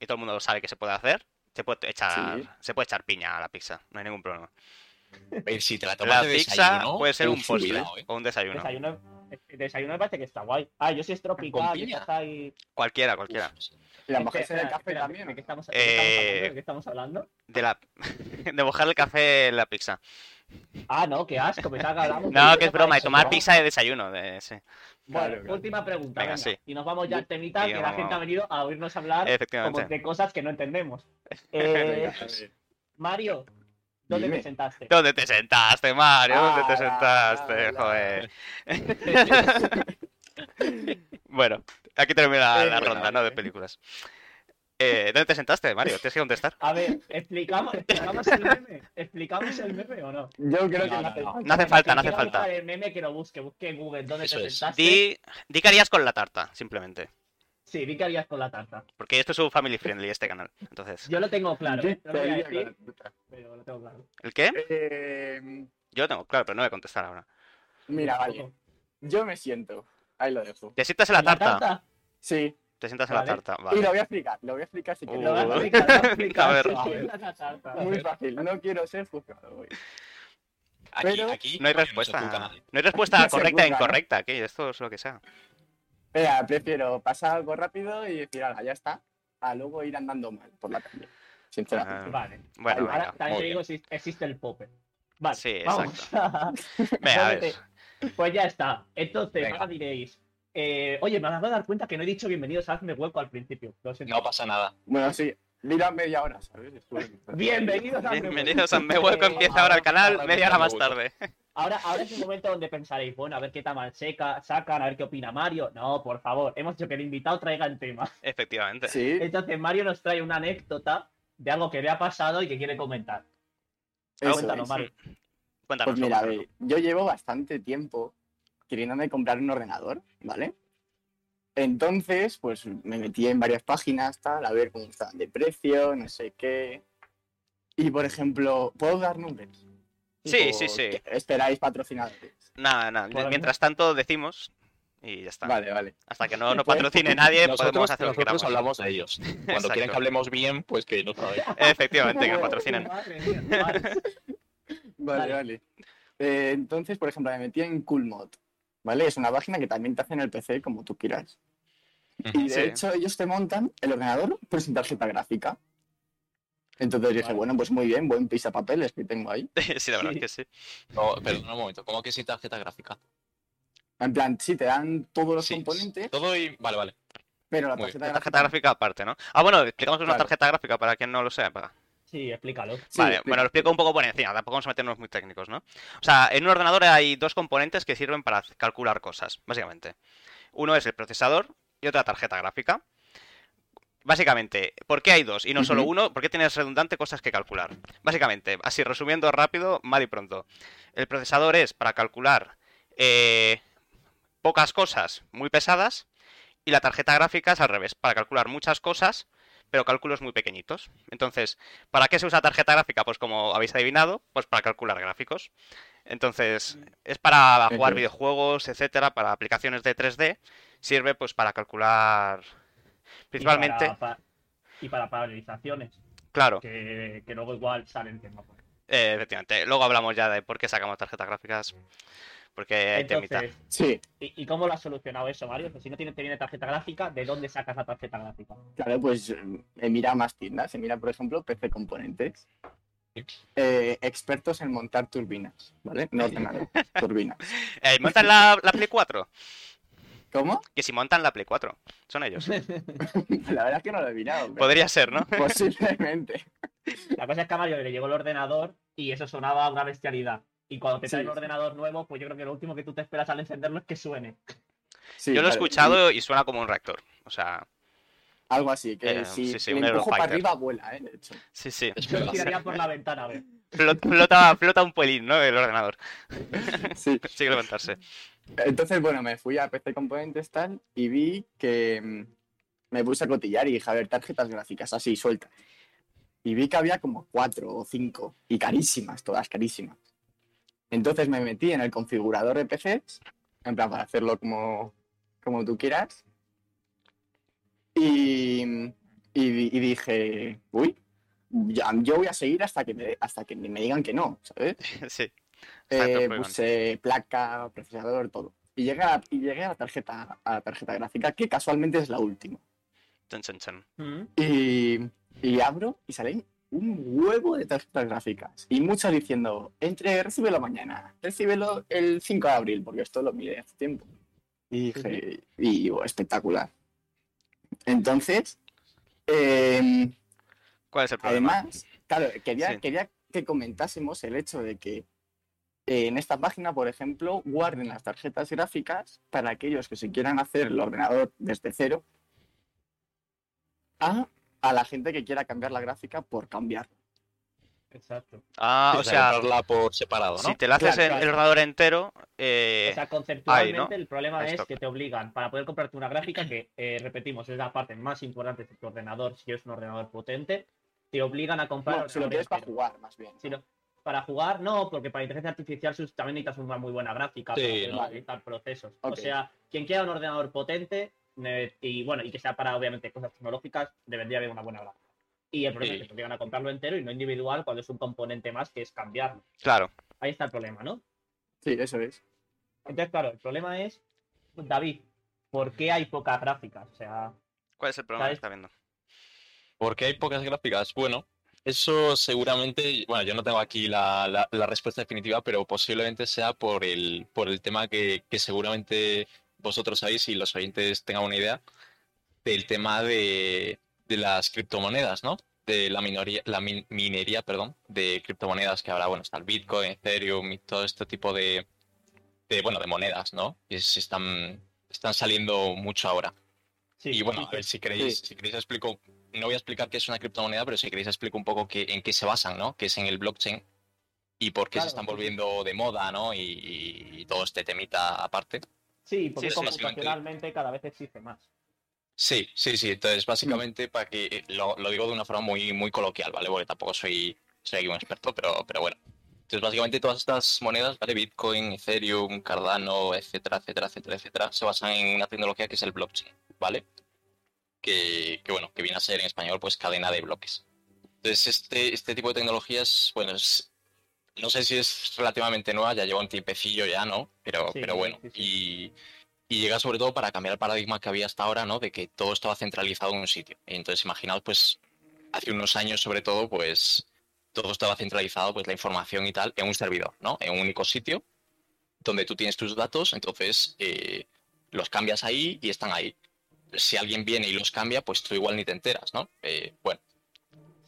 y todo el mundo lo sabe que se puede hacer, se puede echar, Sí. se puede echar piña a la pizza, no hay ningún problema. Pero si te la La tomas de pizza desayuno, puede ser uf, un postre cuidado, ¿eh? o un desayuno. Desayuno, eh, desayuno me parece que está guay. Ah, yo sí es tropical, y piña? estás ahí... Cualquiera, cualquiera. Uf, sí. Y Espera, La mujer del espera, café espera, también. ¿De qué ¿o no? estamos, de qué estamos Eh, hablando? ¿De qué estamos hablando? De la de mojar el café en la pizza. Ah, no, qué asco, me está hablando. No, que es broma, de tomar pizza de desayuno. de- sí. Bueno, Claro, claro. última pregunta. Venga, venga. sí. Y nos vamos ya al temita, Venga, que la vamos, gente ha vamos. venido a oírnos hablar como Efectivamente. de cosas que no entendemos. Eh, Venga, a ver. Mario, ¿dónde Dime. te sentaste? ¿Dónde te sentaste, Mario? ¿Dónde te Ah, sentaste? la- Joder. bueno, aquí termina la Eh, ronda, ¿no? De películas. Eh, ¿Dónde te sentaste, Mario? Tienes que contestar. A ver, ¿explicamos, explicamos el meme. ¿Explicamos el meme o no? Yo creo que No, no, no, hace no. falta. No hace falta, no hace Quiero falta. buscar El meme que lo busque, busque en Google dónde Eso te es. sentaste. Di, di qué harías con la tarta, simplemente. Sí, di que harías con la tarta. Porque esto es un family friendly, este canal. Entonces, Yo lo tengo claro. Yo ¿eh? No lo voy a estaría decir, con la puta. pero lo tengo claro. ¿el qué? Eh, Yo lo tengo, claro, pero no voy a contestar ahora. mira, vale. Yo me siento. Ahí lo dejo. ¿Te sientas en la tarta? Sí. Te sientas en Vale. la tarta, Y lo vale. voy a explicar. Lo voy a explicar si Lo vas a Uh. quieres. explicar, lo vas a A explicar. ver. Te sientas la tarta. Muy fácil. No quiero ser juzgado hoy. Aquí, Pero- aquí No hay se respuesta. oculta nada. No hay respuesta No se correcta e juzga, ¿no? incorrecta, aquí, esto es lo que sea. Mira, prefiero pasar algo rápido y decir, ahora ya está. A luego ir andando mal por la calle. Sinceramente. Ah, Vale. Bueno, Ahora venga. también muy te digo, existe, existe el popper. Vale, Sí, vamos. Venga, a ver. Jódete. Pues ya está. Entonces, Venga. ahora diréis, eh, oye, me acabo de dar cuenta que no he dicho bienvenidos a Hazme Hueco al principio. Lo siento. No pasa nada. Bueno, sí. Mira media hora, ¿sabes? Después- Bienvenidos a Hazme Hueco. Bienvenidos a Me Hueco, Eh, empieza ahora el canal ahora media hora más empieza Me tarde. Ahora, ahora es el momento donde pensaréis, bueno, a ver qué tamal seca, sacan, a ver qué opina Mario. No, por favor, hemos hecho que el invitado traiga el tema. Efectivamente. Sí. Entonces, Mario nos trae una anécdota de algo que le ha pasado y que quiere comentar. eso Cuéntanos, es. Mario. Cuéntanos. Pues mira, a cuéntanos. ver, yo llevo bastante tiempo queriéndome comprar un ordenador, ¿vale? Entonces, pues me metí en varias páginas, tal, a ver cómo estaban de precio, no sé qué. Y por ejemplo, ¿puedo dar nombres? Sí, Tipo, sí, sí. que Esperáis patrocinadores. Nada, nada. Bueno, Mientras tanto decimos y ya está. Vale, vale. Hasta que no nos patrocine nadie, podemos hacer lo que nosotros queramos. hablamos de ellos. Cuando Exacto. quieren que hablemos bien, pues que nos hablen. Efectivamente, que nos patrocinen. Madre mía, vale. Vale. Vale, vale. Eh, entonces, por ejemplo, me metí en Coolmod, ¿vale? Es una página que también te hacen el PC como tú quieras. Y de Sí. hecho, ellos te montan el ordenador, pero sin tarjeta gráfica. Entonces yo dije, Vale. bueno, pues muy bien, buen pisapapeles que tengo ahí. sí, la verdad es que sí. No, perdona un momento, ¿cómo que sin tarjeta gráfica? En plan, sí, te dan todos los Sí, componentes, Todo y. Vale, vale. pero la Muy tarjeta Una gráfica. tarjeta gráfica aparte, ¿no? Ah, bueno, explicamos que es una Claro. tarjeta gráfica para quien no lo sepa. Sí, explícalo. Sí, vale, explica. bueno, lo explico un poco por encima, tampoco vamos a meternos muy técnicos, ¿no? O sea, en un ordenador hay dos componentes que sirven para calcular cosas, básicamente. Uno es el procesador y otra tarjeta gráfica. Básicamente, ¿por qué hay dos y no solo Ujú. uno? ¿Por qué tienes redundante cosas que calcular? Básicamente, así resumiendo rápido, mal y pronto. El procesador es para calcular eh, pocas cosas muy pesadas y la tarjeta gráfica es al revés, para calcular muchas cosas, pero cálculos muy pequeñitos. Entonces, ¿para qué se usa tarjeta gráfica? Pues como habéis adivinado, pues para calcular gráficos. Entonces, es para Eso jugar es. videojuegos, etcétera, para aplicaciones de 3D, sirve pues para calcular principalmente, Y para, pa- y para paralizaciones, claro, que, que luego igual salen temas. eh, efectivamente. Luego hablamos ya de por qué sacamos tarjetas gráficas, porque hay Eh, temita. Entonces, Sí, ¿y, y cómo lo has solucionado eso, Mario? Que si no tienes, te viene tarjeta gráfica, ¿de dónde sacas la tarjeta gráfica? claro, pues eh, eh, mira más tiendas. Se mira, por ejemplo, PC Componentes. Eh, expertos en montar turbinas, ¿vale? No ordenadores, turbinas. Eh, ¿Montan la, la Play 4? ¿Cómo? Que si montan la Play 4, son ellos. La verdad es que no lo he mirado. pero Podría ser, ¿no? Posiblemente. La cosa es que a Mario le llegó el ordenador y eso sonaba una bestialidad. Y cuando te Sí. trae el ordenador nuevo, pues yo creo que lo último que tú te esperas al encenderlo es que suene. Sí, Yo lo he vale. escuchado y suena como un reactor. O sea, Algo así, que Eh, si sí, sí, le un empujo para Eurofighter. arriba vuela, ¿eh? De hecho. sí, sí. Es Yo lo verdad. tiraría por la ventana, a ver. Flota, flota, flota un pelín, ¿no? El ordenador. Sí. Sigue levantarse. Entonces, bueno, me fui a PC Componentes tal y vi que mm, me puse a cotillar y dije, a ver, tarjetas gráficas así, suelta. Y vi que había como cuatro o cinco y carísimas, todas carísimas. Entonces me metí en el configurador de PCs, en plan para hacerlo como, como tú quieras. Y, y di- y dije, uy, ya- yo voy a seguir hasta que me, hasta que me digan que no, ¿sabes? Sí. Exacto, Eh, prueban. puse placa, procesador, todo. Y llegué, a, y llegué a la tarjeta a la tarjeta gráfica, que casualmente es la última. Chan, chan, chan. Mm. Y, y abro y salen un huevo de tarjetas gráficas. Y muchas diciendo, entre, recíbelo mañana, recíbelo el 5 de abril, porque esto lo miré hace tiempo. Y dije, y, oh, espectacular. Entonces, em, ¿Cuál es el problema? Además, claro, quería, Sí. quería que comentásemos el hecho de que eh, en esta página, por ejemplo, guarden las tarjetas gráficas para aquellos que se quieran hacer el ordenador desde cero a, a la gente que quiera cambiar la gráfica por cambiar. Exacto. Ah, o Sí, sea, comprarla por separado, ¿no? si te la haces Claro, en claro. el ordenador entero, eh, O sea, conceptualmente ahí, ¿no? el problema Ahí es está. que te obligan para poder comprarte una gráfica que, eh, repetimos, es la parte más importante de tu ordenador, si es un ordenador potente, te obligan a comprar... Bueno, si lo ordenador quieres para entero. jugar, más bien. Si no- para jugar, no, porque para inteligencia artificial sus- también necesitas una muy buena gráfica Sí, para poder ¿no? realizar procesos. Ok. O sea, quien quiera un ordenador potente eh, y bueno, y que sea para obviamente cosas tecnológicas, debería haber una buena gráfica. Y el problema Sí. es que te obligan a comprarlo entero y no individual cuando es un componente más que es cambiarlo. claro. Ahí está el problema, ¿no? Sí, eso es. Entonces, claro, el problema es, David, ¿por qué hay pocas gráficas? O sea, ¿Cuál es el problema que ¿Sabes? está viendo? Porque hay pocas gráficas. Bueno, eso seguramente, bueno, yo no tengo aquí la, la- la respuesta definitiva, pero posiblemente sea por el, por el tema que, que seguramente vosotros sabéis y los oyentes tengan una idea del tema de, de las criptomonedas, ¿no? De la minoría, la min- minería, perdón, de criptomonedas que ahora, bueno, está el Bitcoin, Ethereum y todo este tipo de, de bueno, de monedas, ¿no? Que se están, están saliendo mucho ahora. sí, Y bueno, sí, a ver si queréis, si queréis explico, no voy a explicar qué es una criptomoneda, pero si queréis explico un poco qué- en qué se basan, ¿no? Que es en el blockchain y por qué Claro, se están sí. volviendo de moda, ¿no? Y, y todo este temita aparte. sí, porque sí, sí, básicamente- computacionalmente cada vez exige más. Sí, sí, sí. Entonces, básicamente, para que eh, lo, lo digo de una forma muy, muy coloquial, ¿vale? Porque tampoco soy, soy aquí un experto, pero, pero bueno. Entonces, básicamente todas estas monedas, ¿vale? Bitcoin, Ethereum, Cardano, etcétera, etcétera, etcétera, etcétera, se basan en una tecnología que es el blockchain, ¿vale? Que, que, bueno, que viene a ser en español, pues cadena de bloques. Entonces, este, este tipo de tecnologías, bueno, es- no sé si es relativamente nueva, ya lleva un tiempecillo ya, ¿no? Pero, Sí, pero bueno, sí, sí. y Y llega sobre todo para cambiar el paradigma que había hasta ahora, ¿no? De que todo estaba centralizado en un sitio. Y entonces, imaginaos, pues, hace unos años sobre todo, pues, todo estaba centralizado, pues, la información y tal, en un servidor, ¿no? En un único sitio, donde tú tienes tus datos, entonces eh, los cambias ahí y están ahí. Si alguien viene y los cambia, pues tú igual ni te enteras, ¿no? Eh, bueno,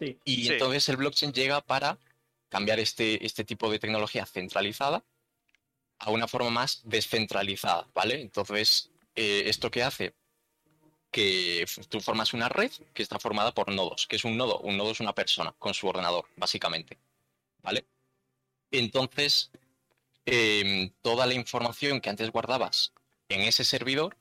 Sí. y Sí. entonces el blockchain llega para cambiar este, este tipo de tecnología centralizada a una forma más descentralizada, ¿vale? Entonces, eh, ¿esto qué hace? Que f- tú formas una red que está formada por nodos. que es un nodo? Un nodo es una persona con su ordenador, básicamente, ¿vale? Entonces, em, toda la información que antes guardabas en ese servidor,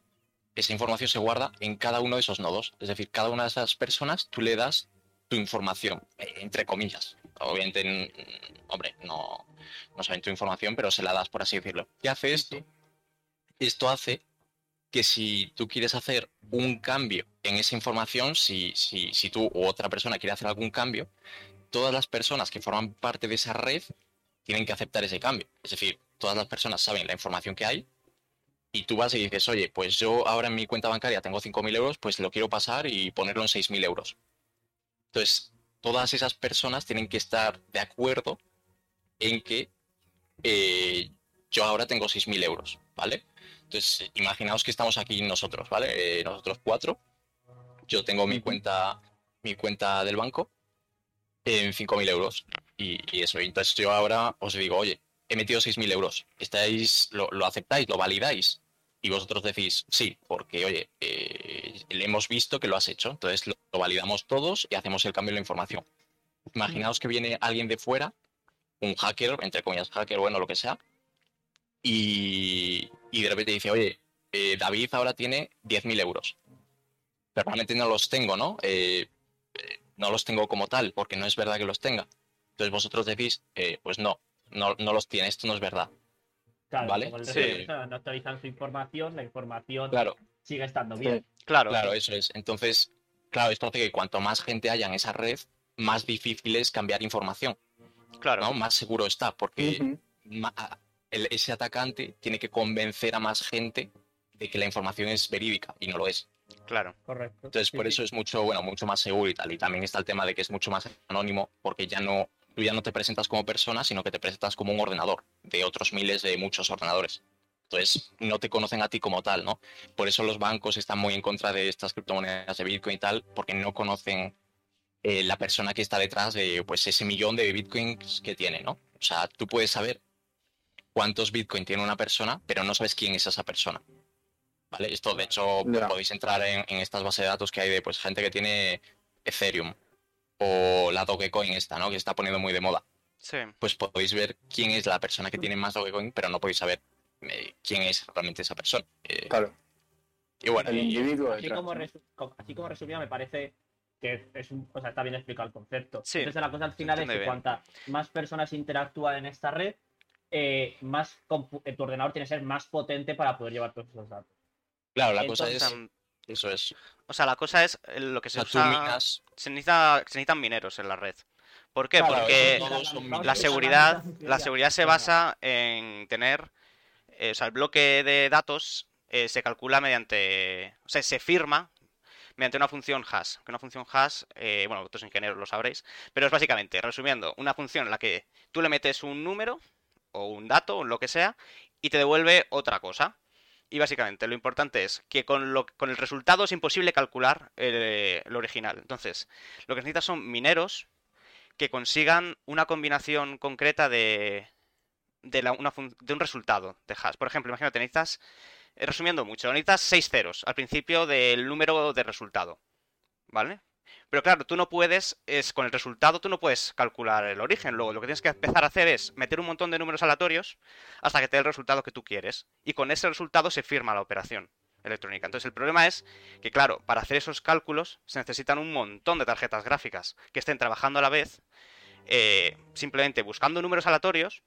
esa información se guarda en cada uno de esos nodos. Es decir, cada una de esas personas tú le das tu información, eh, entre comillas. Obviamente, n- hombre, no, no saben tu información, pero se la das, por así decirlo. ¿Qué hace esto? Esto hace que si tú quieres hacer un cambio en esa información, si, si, si tú u otra persona quiere hacer algún cambio, todas las personas que forman parte de esa red tienen que aceptar ese cambio. Es decir, todas las personas saben la información que hay y tú vas y dices, oye, pues yo ahora en mi cuenta bancaria tengo 5.000 euros, pues lo quiero pasar y ponerlo en 6.000 euros. Entonces, todas esas personas tienen que estar de acuerdo en que eh, yo ahora tengo 6.000 euros, ¿vale? Entonces, imaginaos que estamos aquí nosotros, ¿vale? Eh, nosotros cuatro. Yo tengo mi cuenta, mi cuenta del banco en 5.000 euros. Y, y eso, Y entonces yo ahora os digo, oye, he metido 6.000 euros. ¿Estáis, lo, lo aceptáis, lo validáis? Y vosotros decís, sí, porque, oye, eh, le hemos visto que lo has hecho. Entonces lo, lo validamos todos y hacemos el cambio de la información. Imaginaos que viene alguien de fuera, un hacker, entre comillas, hacker, bueno, lo que sea, y, y de repente dice, oye, eh, David ahora tiene 10.000 euros. Pero realmente no los tengo, ¿no? Eh, eh, no los tengo como tal, porque no es verdad que los tenga. Entonces vosotros decís, eh, pues no, no, no los tiene, esto no es verdad. Claro, Vale, como el sí. resto, o sea, no actualizan su información, la información Claro, sigue estando Sí. bien. Claro, Claro, eso es. Entonces, claro, esto hace que cuanto más gente haya en esa red, más difícil es cambiar información, claro. ¿no? Más seguro está, porque Ujú. ma- a- el- ese atacante tiene que convencer a más gente de que la información es verídica y no lo es. Claro, Correcto. Entonces, Sí, por sí. eso es mucho, bueno, mucho más seguro y tal. Y también está el tema de que es mucho más anónimo, porque ya no, tú ya no te presentas como persona, sino que te presentas como un ordenador de otros miles de muchos ordenadores. Entonces, no te conocen a ti como tal, ¿no? Por eso los bancos están muy en contra de estas criptomonedas de Bitcoin y tal, porque no conocen eh, la persona que está detrás de pues, ese millón de Bitcoins que tiene, ¿no? O sea, tú puedes saber cuántos Bitcoin tiene una persona, pero no sabes quién es esa persona. ¿Vale? Esto, de hecho, Ya. podéis entrar en, en estas bases de datos que hay de pues, gente que tiene Ethereum o la Dogecoin esta, ¿no? Que está poniendo muy de moda. sí. Pues podéis ver quién es la persona que tiene más Dogecoin, pero no podéis saber eh, quién es realmente esa persona. Eh, Claro, y bueno, el y- individuo así detrás, como, ¿no? resu- co- así como resumida, me parece que es un, o sea, está bien explicado el concepto. Sí, Entonces, la cosa al final es que entiende bien. cuanta más personas interactúan en esta red, eh, más compu- eh, tu ordenador tiene que ser más potente para poder llevar todos esos datos. claro, la cosa O entonces, es... sea, Eso es. o sea, la cosa es eh, lo que O se sea, tú usa. miras- Se, necesita- se necesitan mineros en la red. ¿Por qué? Claro, Porque eso todos son la mineros. seguridad, la seguridad seguridad se Venga. basa en tener, eh, o sea, el bloque de datos eh, se calcula mediante, o sea, se firma mediante una función hash. Que una función hash, eh, bueno, vosotros ingenieros lo sabréis, pero es básicamente, resumiendo, una función en la que tú le metes un número o un dato o lo que sea y te devuelve otra cosa. Y básicamente lo importante es que con, lo, con el resultado es imposible calcular eh, lo original. Entonces, lo que necesitas son mineros que consigan una combinación concreta de, de, la- una fun- de un resultado de hash. Por ejemplo, imagínate, necesitas, eh, resumiendo mucho, necesitas seis ceros al principio del número de resultado. ¿Vale? Pero claro, tú no puedes, es, con el resultado tú no puedes calcular el origen. Luego lo que tienes que empezar a hacer es meter un montón de números aleatorios hasta que te dé el resultado que tú quieres. Y con ese resultado se firma la operación electrónica. Entonces el problema es que, claro, para hacer esos cálculos se necesitan un montón de tarjetas gráficas que estén trabajando a la vez eh, simplemente buscando números aleatorios,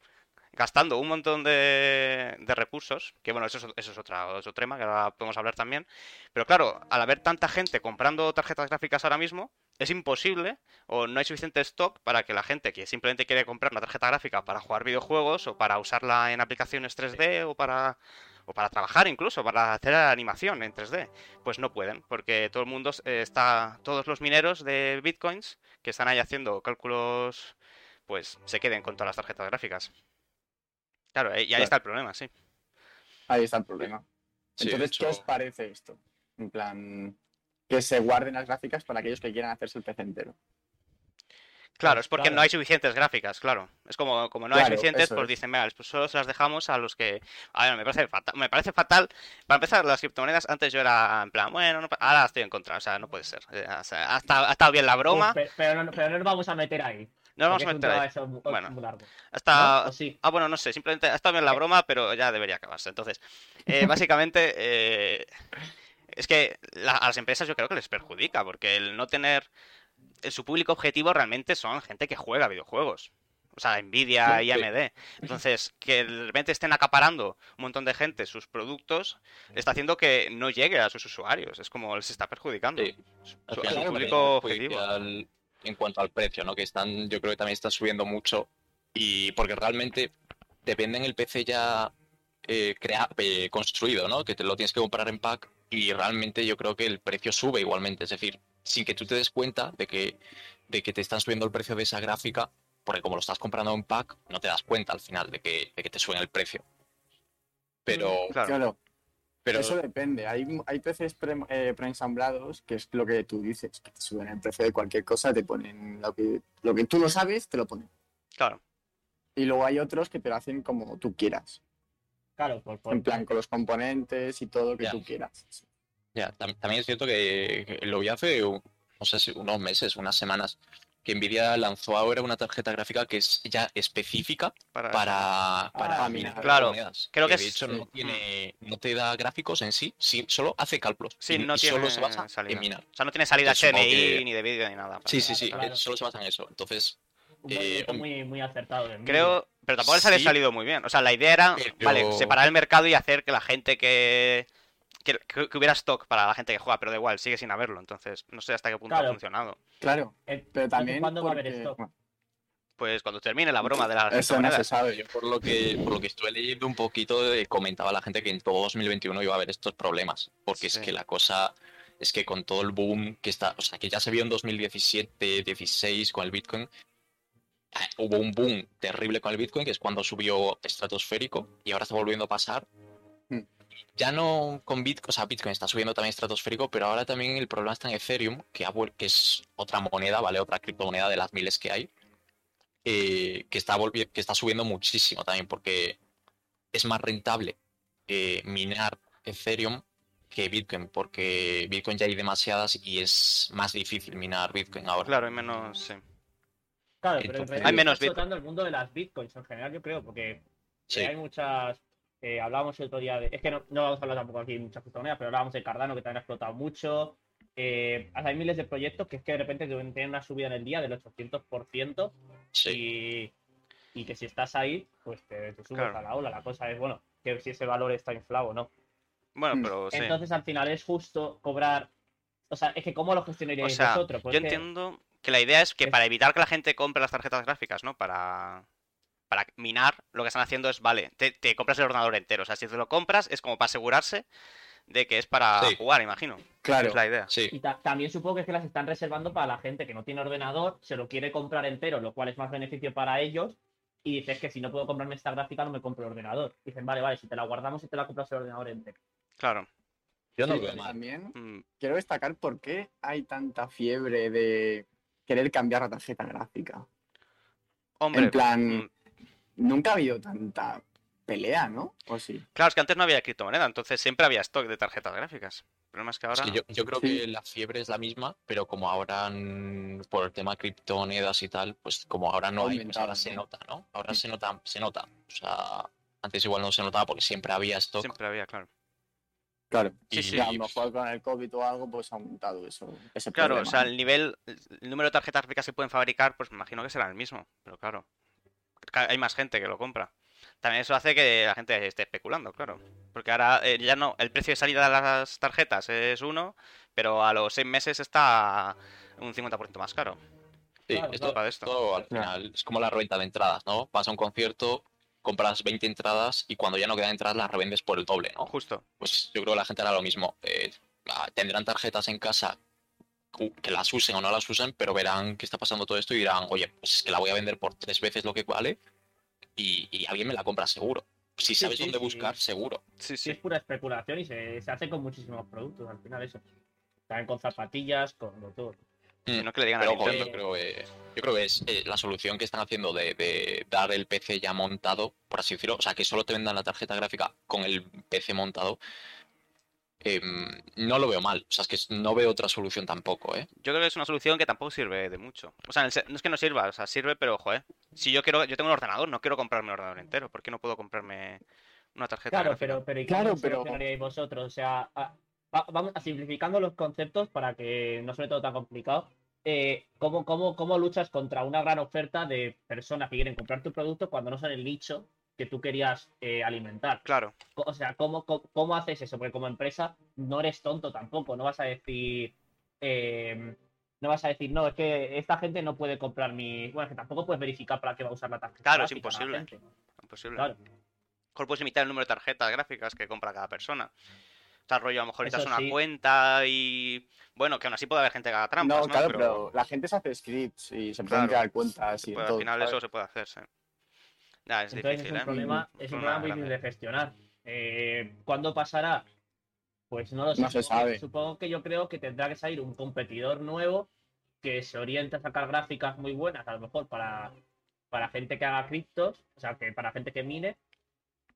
gastando un montón de, de recursos, que bueno, eso es, eso es otra, otro tema que ahora podemos hablar también, pero claro, al haber tanta gente comprando tarjetas gráficas ahora mismo, es imposible o no hay suficiente stock para que la gente que simplemente quiere comprar una tarjeta gráfica para jugar videojuegos o para usarla en aplicaciones 3D o para o para trabajar incluso, para hacer animación en 3D. Pues no pueden, porque todo el mundo eh, está, todos los mineros de bitcoins que están ahí haciendo cálculos, pues se queden con todas las tarjetas gráficas. Claro, eh, y ahí Claro. está el problema, sí. Ahí está el problema. Sí, de Entonces, hecho- ¿qué os parece esto? En plan, que se guarden las gráficas para aquellos que quieran hacerse el PC entero. Claro, es porque claro. no hay suficientes gráficas, claro. Es como, como no hay Claro, suficientes, eso pues es. dicen, venga, pues solo se las dejamos a los que... A ver, me parece fatal. Me parece fatal. Para empezar, las criptomonedas, antes yo era en plan, bueno, no pa- ahora estoy en contra, o sea, no puede ser. Eh, o sea, ha, estado, ha estado bien la broma, Pero, pero no, pero no nos vamos a meter ahí. no nos vamos porque a es un meter tema ahí. eso muy- Bueno. muy largo, Ha ¿no? estado- ¿O sí? Ah, bueno, no sé, simplemente ha estado bien la broma, pero ya debería acabarse. Entonces, eh, básicamente, eh, es que la- a las empresas yo creo que les perjudica, porque el no tener eh, su público objetivo realmente son gente que juega videojuegos. O sea, Nvidia y Sí. AMD. Entonces, que de repente estén acaparando un montón de gente sus productos, está haciendo que no llegue a sus usuarios. Es como les está perjudicando. Sí. Su- Al su final también público perjudica objetivo. al- en cuanto al precio, ¿no? Que están, yo creo que también están subiendo mucho. Y porque realmente te venden el PC ya eh, crea- eh, construido, ¿no? Que te lo tienes que comprar en pack. Y realmente yo creo que el precio sube igualmente. Es decir, sin que tú te des cuenta de que, de que te están subiendo el precio de esa gráfica. Porque como lo estás comprando en pack, no te das cuenta al final de que, de que te suben el precio. Pero, Claro. Claro, pero Mm. eso depende. Hay, hay PCs pre- eh, preensamblados, que es lo que tú dices, que te suben el precio de cualquier cosa, te ponen lo que, lo que tú no sabes, te lo ponen. Claro. Y luego hay otros que te lo hacen como tú quieras. Claro, por, por- En plan, con los componentes y todo que Ya. tú quieras. Ya, tam- también es cierto que que lo vi hace, u- no sé si unos meses, unas semanas, que Nvidia lanzó ahora una tarjeta gráfica que es ya específica Para... para, para Ah, minar claro. monedas, Creo que de es- hecho no mm. tiene, no te da gráficos en sí, sí, solo hace cálculos Sí, y, no y solo tiene se basa salida. en minar. O sea, no tiene salida Yo supongo HDMI, que- ni de vídeo, ni nada. Sí, sí, sí, Claro, claro. eh, solo se basa en eso. Entonces, un eh, movimiento hombre. muy, muy acertado. de mí. Creo, pero tampoco les había Mm, Sí. salido muy bien. O sea, la idea era, Pero- vale, separar el mercado y hacer que la gente que, que, que- que hubiera stock para la gente que juega, pero da igual, sigue sin haberlo. Entonces, no sé hasta qué punto ha Claro. funcionado. Claro, Eh, pero también. ¿Cuándo va a haber porque- stock? bueno, Pues cuando termine Mm, la broma de las Eso no se criptomonedas. sabe. yo por lo que, por lo que estuve leyendo un poquito, de- comentaba la gente que en todo 2021 iba a haber estos problemas, porque Sí. es que la cosa es que con todo el boom que está, o sea, que ya se vio en 2017, 16 con el Bitcoin, ah, hubo un boom terrible con el Bitcoin, que es cuando subió estratosférico y ahora está volviendo a pasar. Hmm. Ya no con Bitcoin, o sea, Bitcoin está subiendo también estratosférico, pero ahora también el problema está en Ethereum, que, ha vuel- que es otra moneda, ¿vale? Otra criptomoneda de las miles que hay eh, que, está volvi- que está subiendo muchísimo también, porque es más rentable eh, minar Ethereum que Bitcoin, porque Bitcoin ya hay demasiadas y es más difícil minar Bitcoin ahora. Claro, hay menos. sí. Claro, pero en Entonces- realidad Hay menos está Bitcoin. explotando el mundo de las bitcoins en general, yo creo, porque Sí. Eh, Hay muchas. eh, hablábamos el otro día de. Es que no, no vamos a hablar tampoco aquí de muchas criptomonedas, pero hablábamos de Cardano, que también ha explotado mucho. Eh, hay miles de proyectos que es que de repente tienen una subida en el día del 800%. Sí. Y, y que si estás ahí, pues te, te subes Claro. a la ola. La cosa es, bueno, que si ese valor está inflado o no. Bueno, Mm. pero Pues sí. Entonces, al final es justo cobrar. O sea, es que ¿cómo lo gestionaríais O sea, vosotros? Pues Yo es que- entiendo que la idea es que es- para evitar que la gente compre las tarjetas gráficas, ¿no? Para, para minar, lo que están haciendo es, vale, te, te compras el ordenador entero. O sea, si te lo compras, es como para asegurarse de que es para Sí. jugar, imagino. Claro, Es la idea. Sí. Y ta- también supongo que es que las están reservando para la gente que no tiene ordenador, se lo quiere comprar entero, lo cual es más beneficio para ellos. Y dices que si no puedo comprarme esta gráfica, no me compro el ordenador. Dicen, vale, vale, si te la guardamos y te la compras el ordenador entero. Claro. Yo no Sí, lo veo pero mal. También Mm, quiero destacar por qué hay tanta fiebre de querer cambiar la tarjeta gráfica. Hombre, en plan, mm, nunca ha habido tanta pelea, ¿no? ¿O sí? claro, es que antes no había criptomoneda, entonces siempre había stock de tarjetas gráficas. El problema es que ahora. Sí, no. yo, yo creo Sí. que la fiebre es la misma, pero como ahora mm, por el tema criptomonedas y tal, pues como ahora no hay, pues Aumentado, ahora se ¿no? nota, ¿no? Ahora se nota, se nota. O sea, antes igual no se notaba porque siempre había stock Siempre había, claro. Claro. Sí, y sí. Y a lo mejor con el COVID o algo, pues ha aumentado eso. Ese Claro, o problema, sea, ¿no? el nivel, el número de tarjetas gráficas que pueden fabricar, pues me imagino que será el mismo. Pero claro, ca- hay más gente que lo compra. También eso hace que la gente esté especulando, claro. Porque ahora eh, ya no, el precio de salida de las tarjetas es uno, pero a los seis meses está un 50% más caro. Sí, Claro, esto claro. Culpa de esto. Todo al Claro. final es como la renta de entradas, ¿no? Vas a un concierto compras 20 entradas y cuando ya no quedan entradas las revendes por el doble, ¿no? Justo. Pues yo creo que la gente hará lo mismo. Eh, ah, tendrán tarjetas en casa cu- que las usen o no las usen, pero verán que está pasando todo esto y dirán, oye, pues es que la voy a vender por tres veces lo que vale y, y alguien me la compra seguro. Si sabes sí, dónde sí. buscar, seguro. Sí, Sí, es sí. pura especulación y se, se hace con muchísimos productos al final eso. También con zapatillas, con con todo. Que no es que le digan a Pero ojo, Nintendo. yo creo, eh, yo creo que es eh, la solución que están haciendo de, de dar el PC ya montado, por así decirlo, o sea, que solo te vendan la tarjeta gráfica con el PC montado. em, no lo veo mal, o sea, es que no veo otra solución tampoco, ¿eh? Yo creo que es una solución que tampoco sirve de mucho. O sea, en el se- no es que no sirva, o sea, sirve, pero joder. Si yo quiero, yo tengo un ordenador, no quiero comprarme un ordenador entero. ¿Por qué no puedo comprarme una tarjeta? Claro, gráfica? pero, pero ¿y Claro, cómo pero- solucionaríais vosotros? O sea, a- va- vamos a simplificando los conceptos para que no suene todo tan complicado. Eh, ¿cómo, cómo, ¿Cómo luchas contra una gran oferta de personas que quieren comprar tu producto cuando no son el nicho que tú querías eh, alimentar? Claro, Co- O sea, ¿cómo, cómo, cómo haces eso? Porque como empresa no eres tonto tampoco, no vas a decir... eh, no vas a decir, no, es que esta gente no puede comprar mi... Bueno, es que tampoco puedes verificar para qué va a usar la tarjeta. Claro, es gráfica la imposible. gente. imposible. Claro. Mejor puedes limitar el número de tarjetas gráficas que compra cada persona. O sea, rollo, a lo mejor Eso necesitas una sí. cuenta y. Bueno, que aún así puede haber gente que haga trampas, no, ¿no? claro, Pero- pero... la gente se hace scripts y se Claro. pueden crear cuentas y de Pues todo. al final ¿sabes? eso se puede hacer, sí. Ya, es Entonces difícil, es un ¿eh? problema, Mm, es un problema muy grande. difícil de gestionar. Eh, ¿Cuándo pasará? Pues no lo sé. No se Supongo- sabe. Supongo que yo creo que tendrá que salir un competidor nuevo que se oriente a sacar gráficas muy buenas, a lo mejor para, para gente que haga criptos, o sea, que para gente que mine.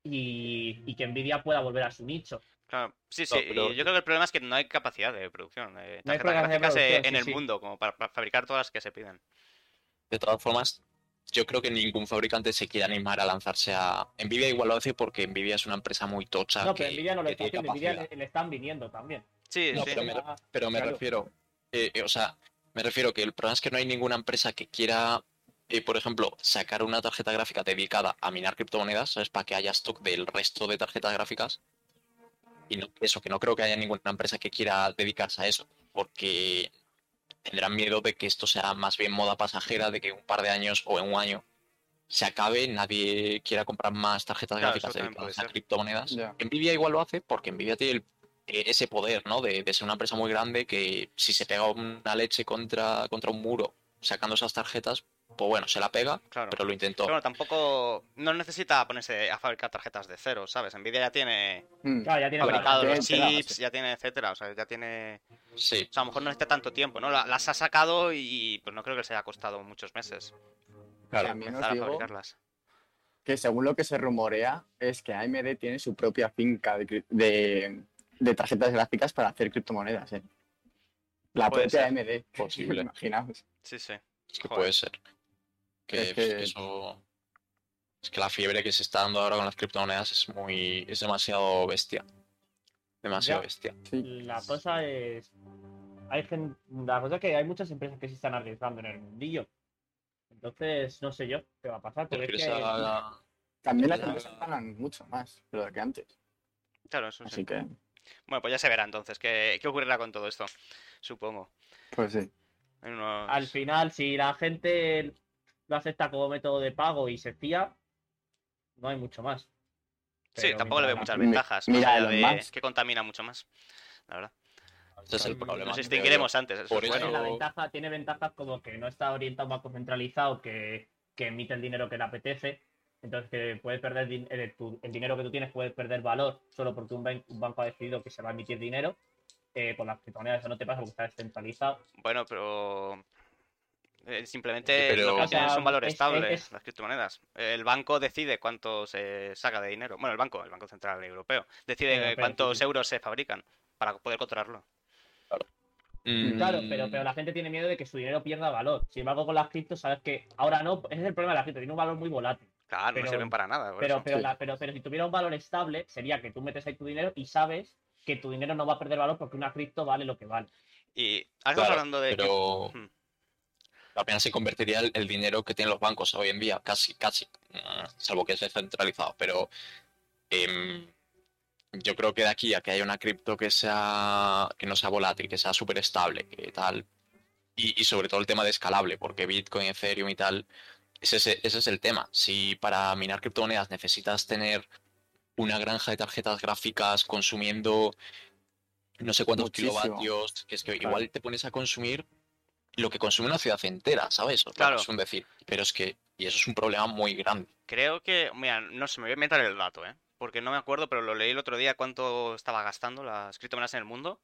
Y, y que Nvidia pueda volver a su nicho. Claro, sí, sí. No, y pero- Yo creo que el problema es que no hay capacidad de producción de No hay tarjetas capacidad de gráficas eh, producción, en sí, el sí. mundo, como para, para fabricar todas las que se piden. De todas formas, yo creo que ningún fabricante se quiere animar a lanzarse a... Nvidia igual lo hace porque Nvidia es una empresa muy tocha No, que, pero Nvidia no lo que está tiene haciendo, Nvidia capacidad. le, le están viniendo también. Sí, No, sí. pero me- Pero me Claro. refiero, eh, eh, o sea, me refiero que el problema es que no hay ninguna empresa que quiera, eh, por ejemplo, sacar una tarjeta gráfica dedicada a minar criptomonedas, ¿sabes? Para que haya stock del resto de tarjetas gráficas. Y no- eso, que no creo que haya ninguna empresa que quiera dedicarse a eso, porque tendrán miedo de que esto sea más bien moda pasajera, de que en un par de años o en un año se acabe, nadie quiera comprar más tarjetas Claro, gráficas eso también dedicadas puede a ser. criptomonedas. Ya. Nvidia igual lo hace porque Nvidia tiene el- eh, ese poder, ¿no? De, de ser una empresa muy grande que si se pega una leche contra, contra un muro sacando esas tarjetas, pues bueno, se la pega, Claro. pero lo intentó. Pero bueno, tampoco. No necesita ponerse a fabricar tarjetas de cero, ¿sabes? Nvidia ya tiene Mm. Claro, ya tiene fabricados tiene los enteradas, chips, sí. ya tiene etcétera. O sea, ya tiene. Sí, O sea, a lo mejor no necesita tanto tiempo, ¿no? La- Las ha sacado y pues no creo que se haya costado muchos meses claro. También os empezar a digo- fabricarlas. que según lo que se rumorea es que AMD tiene su propia finca de, cri- de- de tarjetas gráficas para hacer criptomonedas. ¿eh? La Puede propia ser. AMD, Posible. imaginaos. Sí, sí. Es que Joder. puede ser. Que, Es que- que eso. Es que la fiebre que se está dando ahora con las criptomonedas es muy. es demasiado bestia. Demasiado Ya. bestia. La cosa es. Hay gen- la cosa es que hay muchas empresas que se están arriesgando en el mundillo. Entonces, no sé yo qué va a pasar. ¿Te Porque es refieres que, a- También las Ya. empresas ganan mucho más de lo que antes. Claro, eso Así Pues sí. que, Bueno, pues ya se verá entonces qué, qué ocurrirá con todo esto, supongo. pues sí. En unos- al final, si la gente lo acepta como método de pago y se fía, no hay mucho más. Sí, Pero tampoco le veo mientras muchas Mi- ventajas. más mira, allá Elon de Musk. que contamina mucho más. La verdad. Ese es el problema. Nos creo extinguiremos antes. eso Por es la- eso- bueno. la ventaja, tiene ventajas como que no está orientado a un banco centralizado que, que emite el dinero que le apetece. Entonces, que puede perder din- el, tu- el dinero que tú tienes puede perder valor solo porque un, ban- un banco ha decidido que se va a emitir dinero. Eh, con las criptomonedas eso no te pasa porque está descentralizado. Bueno, pero. eh, Simplemente Pero- lo que O sea, tienen es un valor es- estable, es- es- las criptomonedas. El banco decide cuánto se saca de dinero. Bueno, el banco, el Banco Central Europeo, decide Europeo, sí, cuántos sí. euros se fabrican para poder controlarlo. Mm, Claro, pero, pero la gente tiene miedo de que su dinero pierda valor. Sin embargo, con las criptos, sabes que ahora no, ese es el problema de las cripto, tiene un valor muy volátil. Claro, no Pero- sirven para nada. por Pero, eso. pero, sí. la- pero, pero si tuviera un valor estable, sería que tú metes ahí tu dinero y sabes que tu dinero no va a perder valor porque una cripto vale lo que vale. Y ahora estamos Claro, hablando de. que- pero- Hmm. apenas se convertiría el, el dinero que tienen los bancos hoy en día, casi, casi, Mm, salvo que sea centralizado, pero em, yo creo que de aquí a que haya una cripto que sea que no sea volátil, que sea súper estable, que tal, y, y sobre todo el tema de escalable, porque Bitcoin, Ethereum y tal Ese es, ese es el tema. Si para minar criptomonedas necesitas tener una granja de tarjetas gráficas consumiendo no sé cuántos Muchísimo. kilovatios, que es que Claro. igual te pones a consumir lo que consume una ciudad entera, ¿sabes? O sea, Claro. Es un decir. Pero es que, y eso es un problema muy grande. Creo que, mira, no se me voy a inventar el dato, ¿eh? Porque no me acuerdo, pero lo leí el otro día cuánto estaba gastando las criptomonedas en el mundo.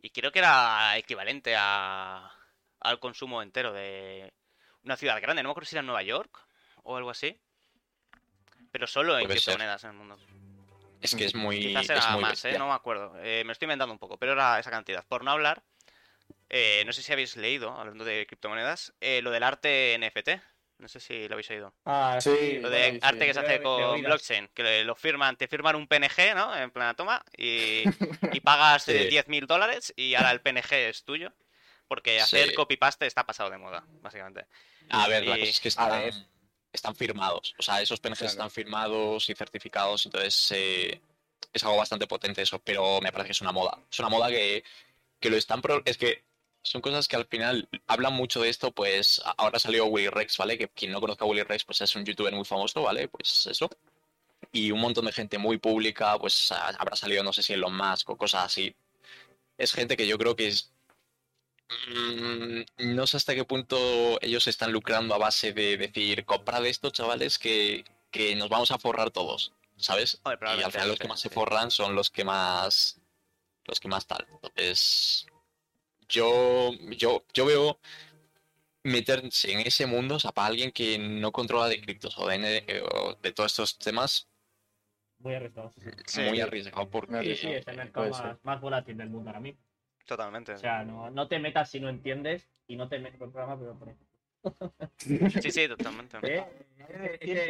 Y creo que era equivalente a, al consumo entero de una ciudad grande. No me acuerdo si era Nueva York o algo así. Pero solo en Puede ser. criptomonedas en el mundo. Es que es muy. Mm. Quizás es era muy más, ¿eh? bestia. No me acuerdo. Eh, me estoy inventando un poco, pero era esa cantidad. Por no hablar, eh, no sé si habéis leído, hablando de criptomonedas, eh, lo del arte NFT. No sé si lo habéis oído. Ah, Sí, Lo bueno, de sí, arte que se yo hace he- con he oído. blockchain, que le- lo firman, te firman un PNG, ¿no? En plan, toma, y, y pagas eh, Sí. 10.000 dólares y ahora el PNG es tuyo. Porque hacer Sí. copy-paste está pasado de moda, básicamente. A ver, la Y- cosa es que están, ver. están firmados. O sea, esos PNGs Claro. están firmados y certificados, entonces eh, es algo bastante potente eso, pero me parece que es una moda. Es una moda que, que lo están... pro- Es que son cosas que al final hablan mucho de esto, pues a- ahora salió Willy Rex, ¿vale? Que quien no conozca a Willy Rex, pues es un youtuber muy famoso, ¿vale? Pues eso. Y un montón de gente muy pública, pues ha- habrá salido, no sé si Elon Musk o cosas así. Es gente que yo creo que es Mm, No sé hasta qué punto ellos están lucrando a base de decir, comprad esto, chavales, que, que nos vamos a forrar todos, ¿sabes? Hombre, Y al probablemente final los sí, que más se sí. forran son los que más. los que más tal. Entonces. Yo. Yo, yo veo meterse en ese mundo, o sea, para alguien que no controla de criptos o de, N- eh, o de todos estos temas, Muy arriesgado. Sí, muy arriesgado Sí, porque. sí, es el mercado puede más, ser. más volátil del mundo ahora mismo. Totalmente. O sea, no, no te metas si no entiendes y no te metas por el programa, pero por ejemplo. Sí, sí, totalmente. ¿eh?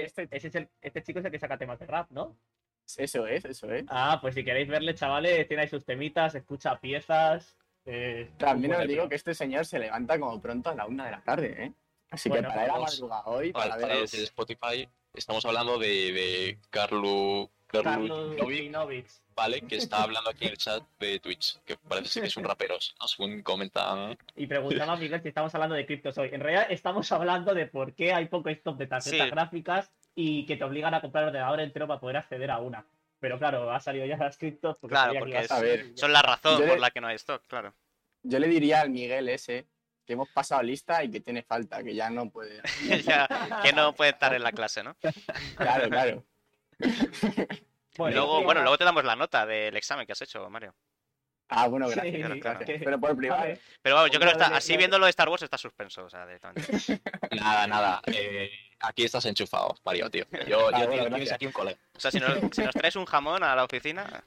Este, ese es el- este chico es el que saca temas de rap, ¿no? Eso es, eso es. Ah, pues si queréis verle, chavales, tiene ahí sus temitas, escucha piezas. eh, También bueno, os digo pero- que este señor se levanta como pronto a la una de la tarde, ¿eh? Así Bueno, que para ir a vamos. madrugada hoy, Para, para para ver... los de Spotify, estamos hablando de, de Carlo. Carlo Carlos Novi, Vinovich. Vale, que está hablando aquí en el chat de Twitch, que parece ser que es un rapero, ¿no? según comentan. Y preguntaba a Miguel si estamos hablando de criptos hoy. En realidad estamos hablando de por qué hay poco stock de tarjetas Sí. gráficas y que te obligan a comprar el ordenador entero para poder acceder a una. Pero claro, ha salido ya las criptos. Porque Claro, sabía que porque ibas es- a ver. Son la razón Yo le- por la que no hay stock, claro. Yo le diría al Miguel ese que hemos pasado lista y que tiene falta, que ya no puede... Ya, que no puede estar en la clase, ¿no? Claro, claro. Y luego, bueno, luego te damos la nota del examen que has hecho, Mario. Ah, bueno, Sí, gracias. claro, claro. que- Pero por a privado. ver, Pero vamos, yo Pues creo que nada, está, le- así le- viendo lo de Star Wars está suspenso, o sea, directamente. Nada, nada. eh, aquí estás enchufado, Mario, tío. Yo, Ah, yo- bueno, tienes gracias. aquí un colega. O sea, si nos, si nos traes un jamón a la oficina,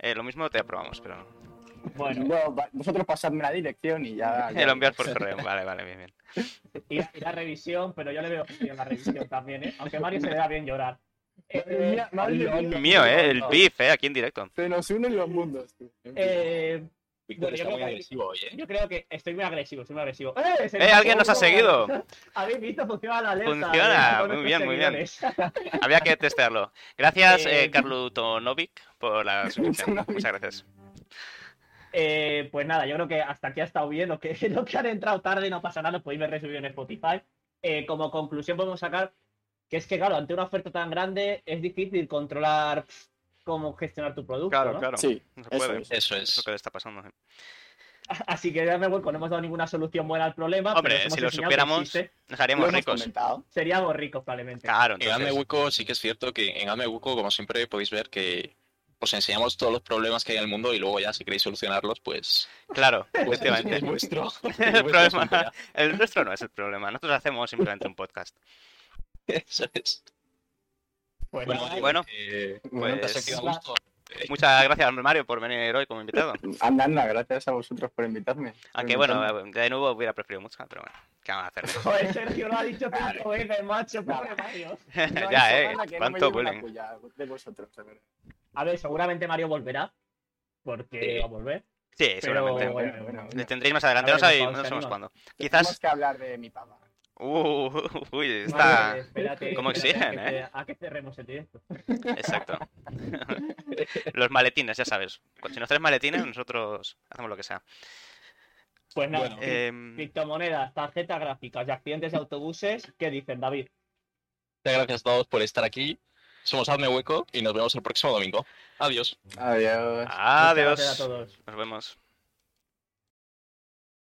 eh, lo mismo te aprobamos, pero no. Bueno, Bueno, va- vosotros pasadme la dirección y ya... Eh, lo envías por correo. Vale, vale, bien, bien. y la, y la revisión, pero yo le veo opción a la revisión también, ¿eh? Aunque a Mario se le da bien llorar. Eh, Madre mía, madre LOL. mía. Mío, eh, el No. beef, eh, aquí en directo. Se nos unen los mundos. tío. Eh, Bueno, yo creo Víctor está muy que aquí- agresivo hoy, ¿eh? yo creo que estoy muy agresivo, estoy muy agresivo. ¡Eh! Se Eh, me alguien nos ha ocurrió! seguido. Habéis visto, funciona la alerta. Funciona, eh, con muy nuestros bien, muy bien. seguidores. Había que testearlo. Gracias, eh, Eh, Tonovic, por la suscripción. Muchas gracias. Eh, pues nada, yo creo que hasta aquí ha estado bien. Los que, los que han entrado tarde no pasa nada, los podéis ver resubido en Spotify. Eh, como conclusión podemos sacar que es que, claro, ante una oferta tan grande es difícil controlar pff, cómo gestionar tu producto. Claro, ¿no? claro. Sí, No se eso puede. es. Eso Es lo es. que le está pasando. eh. Así que ya me vuelco, no hemos dado ninguna solución buena al problema. pero Hombre, os hemos si lo enseñado que supiéramos- existe. Nos lo haríamos hemos ricos. comentado. seríamos ricos probablemente. Claro, En entonces. Amewico sí que es cierto que en Amewico, como siempre, podéis ver que os enseñamos todos los problemas que hay en el mundo y luego ya si queréis solucionarlos, pues... Claro, pues efectivamente. es vuestro. es El vuestro problema- asunto ya. El nuestro no es el problema. Nosotros hacemos simplemente un podcast. Eso es. Pues Bueno, nada, Mario, Bueno. eh, Bueno, te has Pues- sentido a gusto. Muchas gracias, Mario, por venir hoy como invitado. Anda, anda, gracias a vosotros por invitarme. por Aunque, bueno, invitarme. de nuevo hubiera preferido música, pero bueno, ¿qué vamos a hacer? Joder, Sergio lo ha dicho cinco veces, macho, pobre Mario. No hay ya, eh, semana que no cuánto me lleve una bullying. puya de vosotros, de verdad. A ver, seguramente Mario volverá. Porque Sí. va a volver. Sí, Pero seguramente. bueno, Bueno, bueno. Le tendréis más adelante, A ver, no, sabéis- Gonzalo, no sabemos anima. cuándo. Tenemos Quizás. que hablar de mi papá. Uh, uy, Mario, eh, está. espérate, ¿Cómo espérate exigen, ¿eh? a que te- A que cerremos el directo. Exacto. Pues Los maletines, ya sabes. Si nos traes maletines, nosotros hacemos lo que sea. Pues nada, Bueno. cri- Em, criptomonedas, tarjetas gráficas y accidentes de autobuses, ¿qué dicen, David? Muchas gracias a todos por estar aquí. Somos Hazme Hueco y nos vemos el próximo domingo. Adiós. Adiós. Muchas gracias Adiós. a todos. Nos vemos.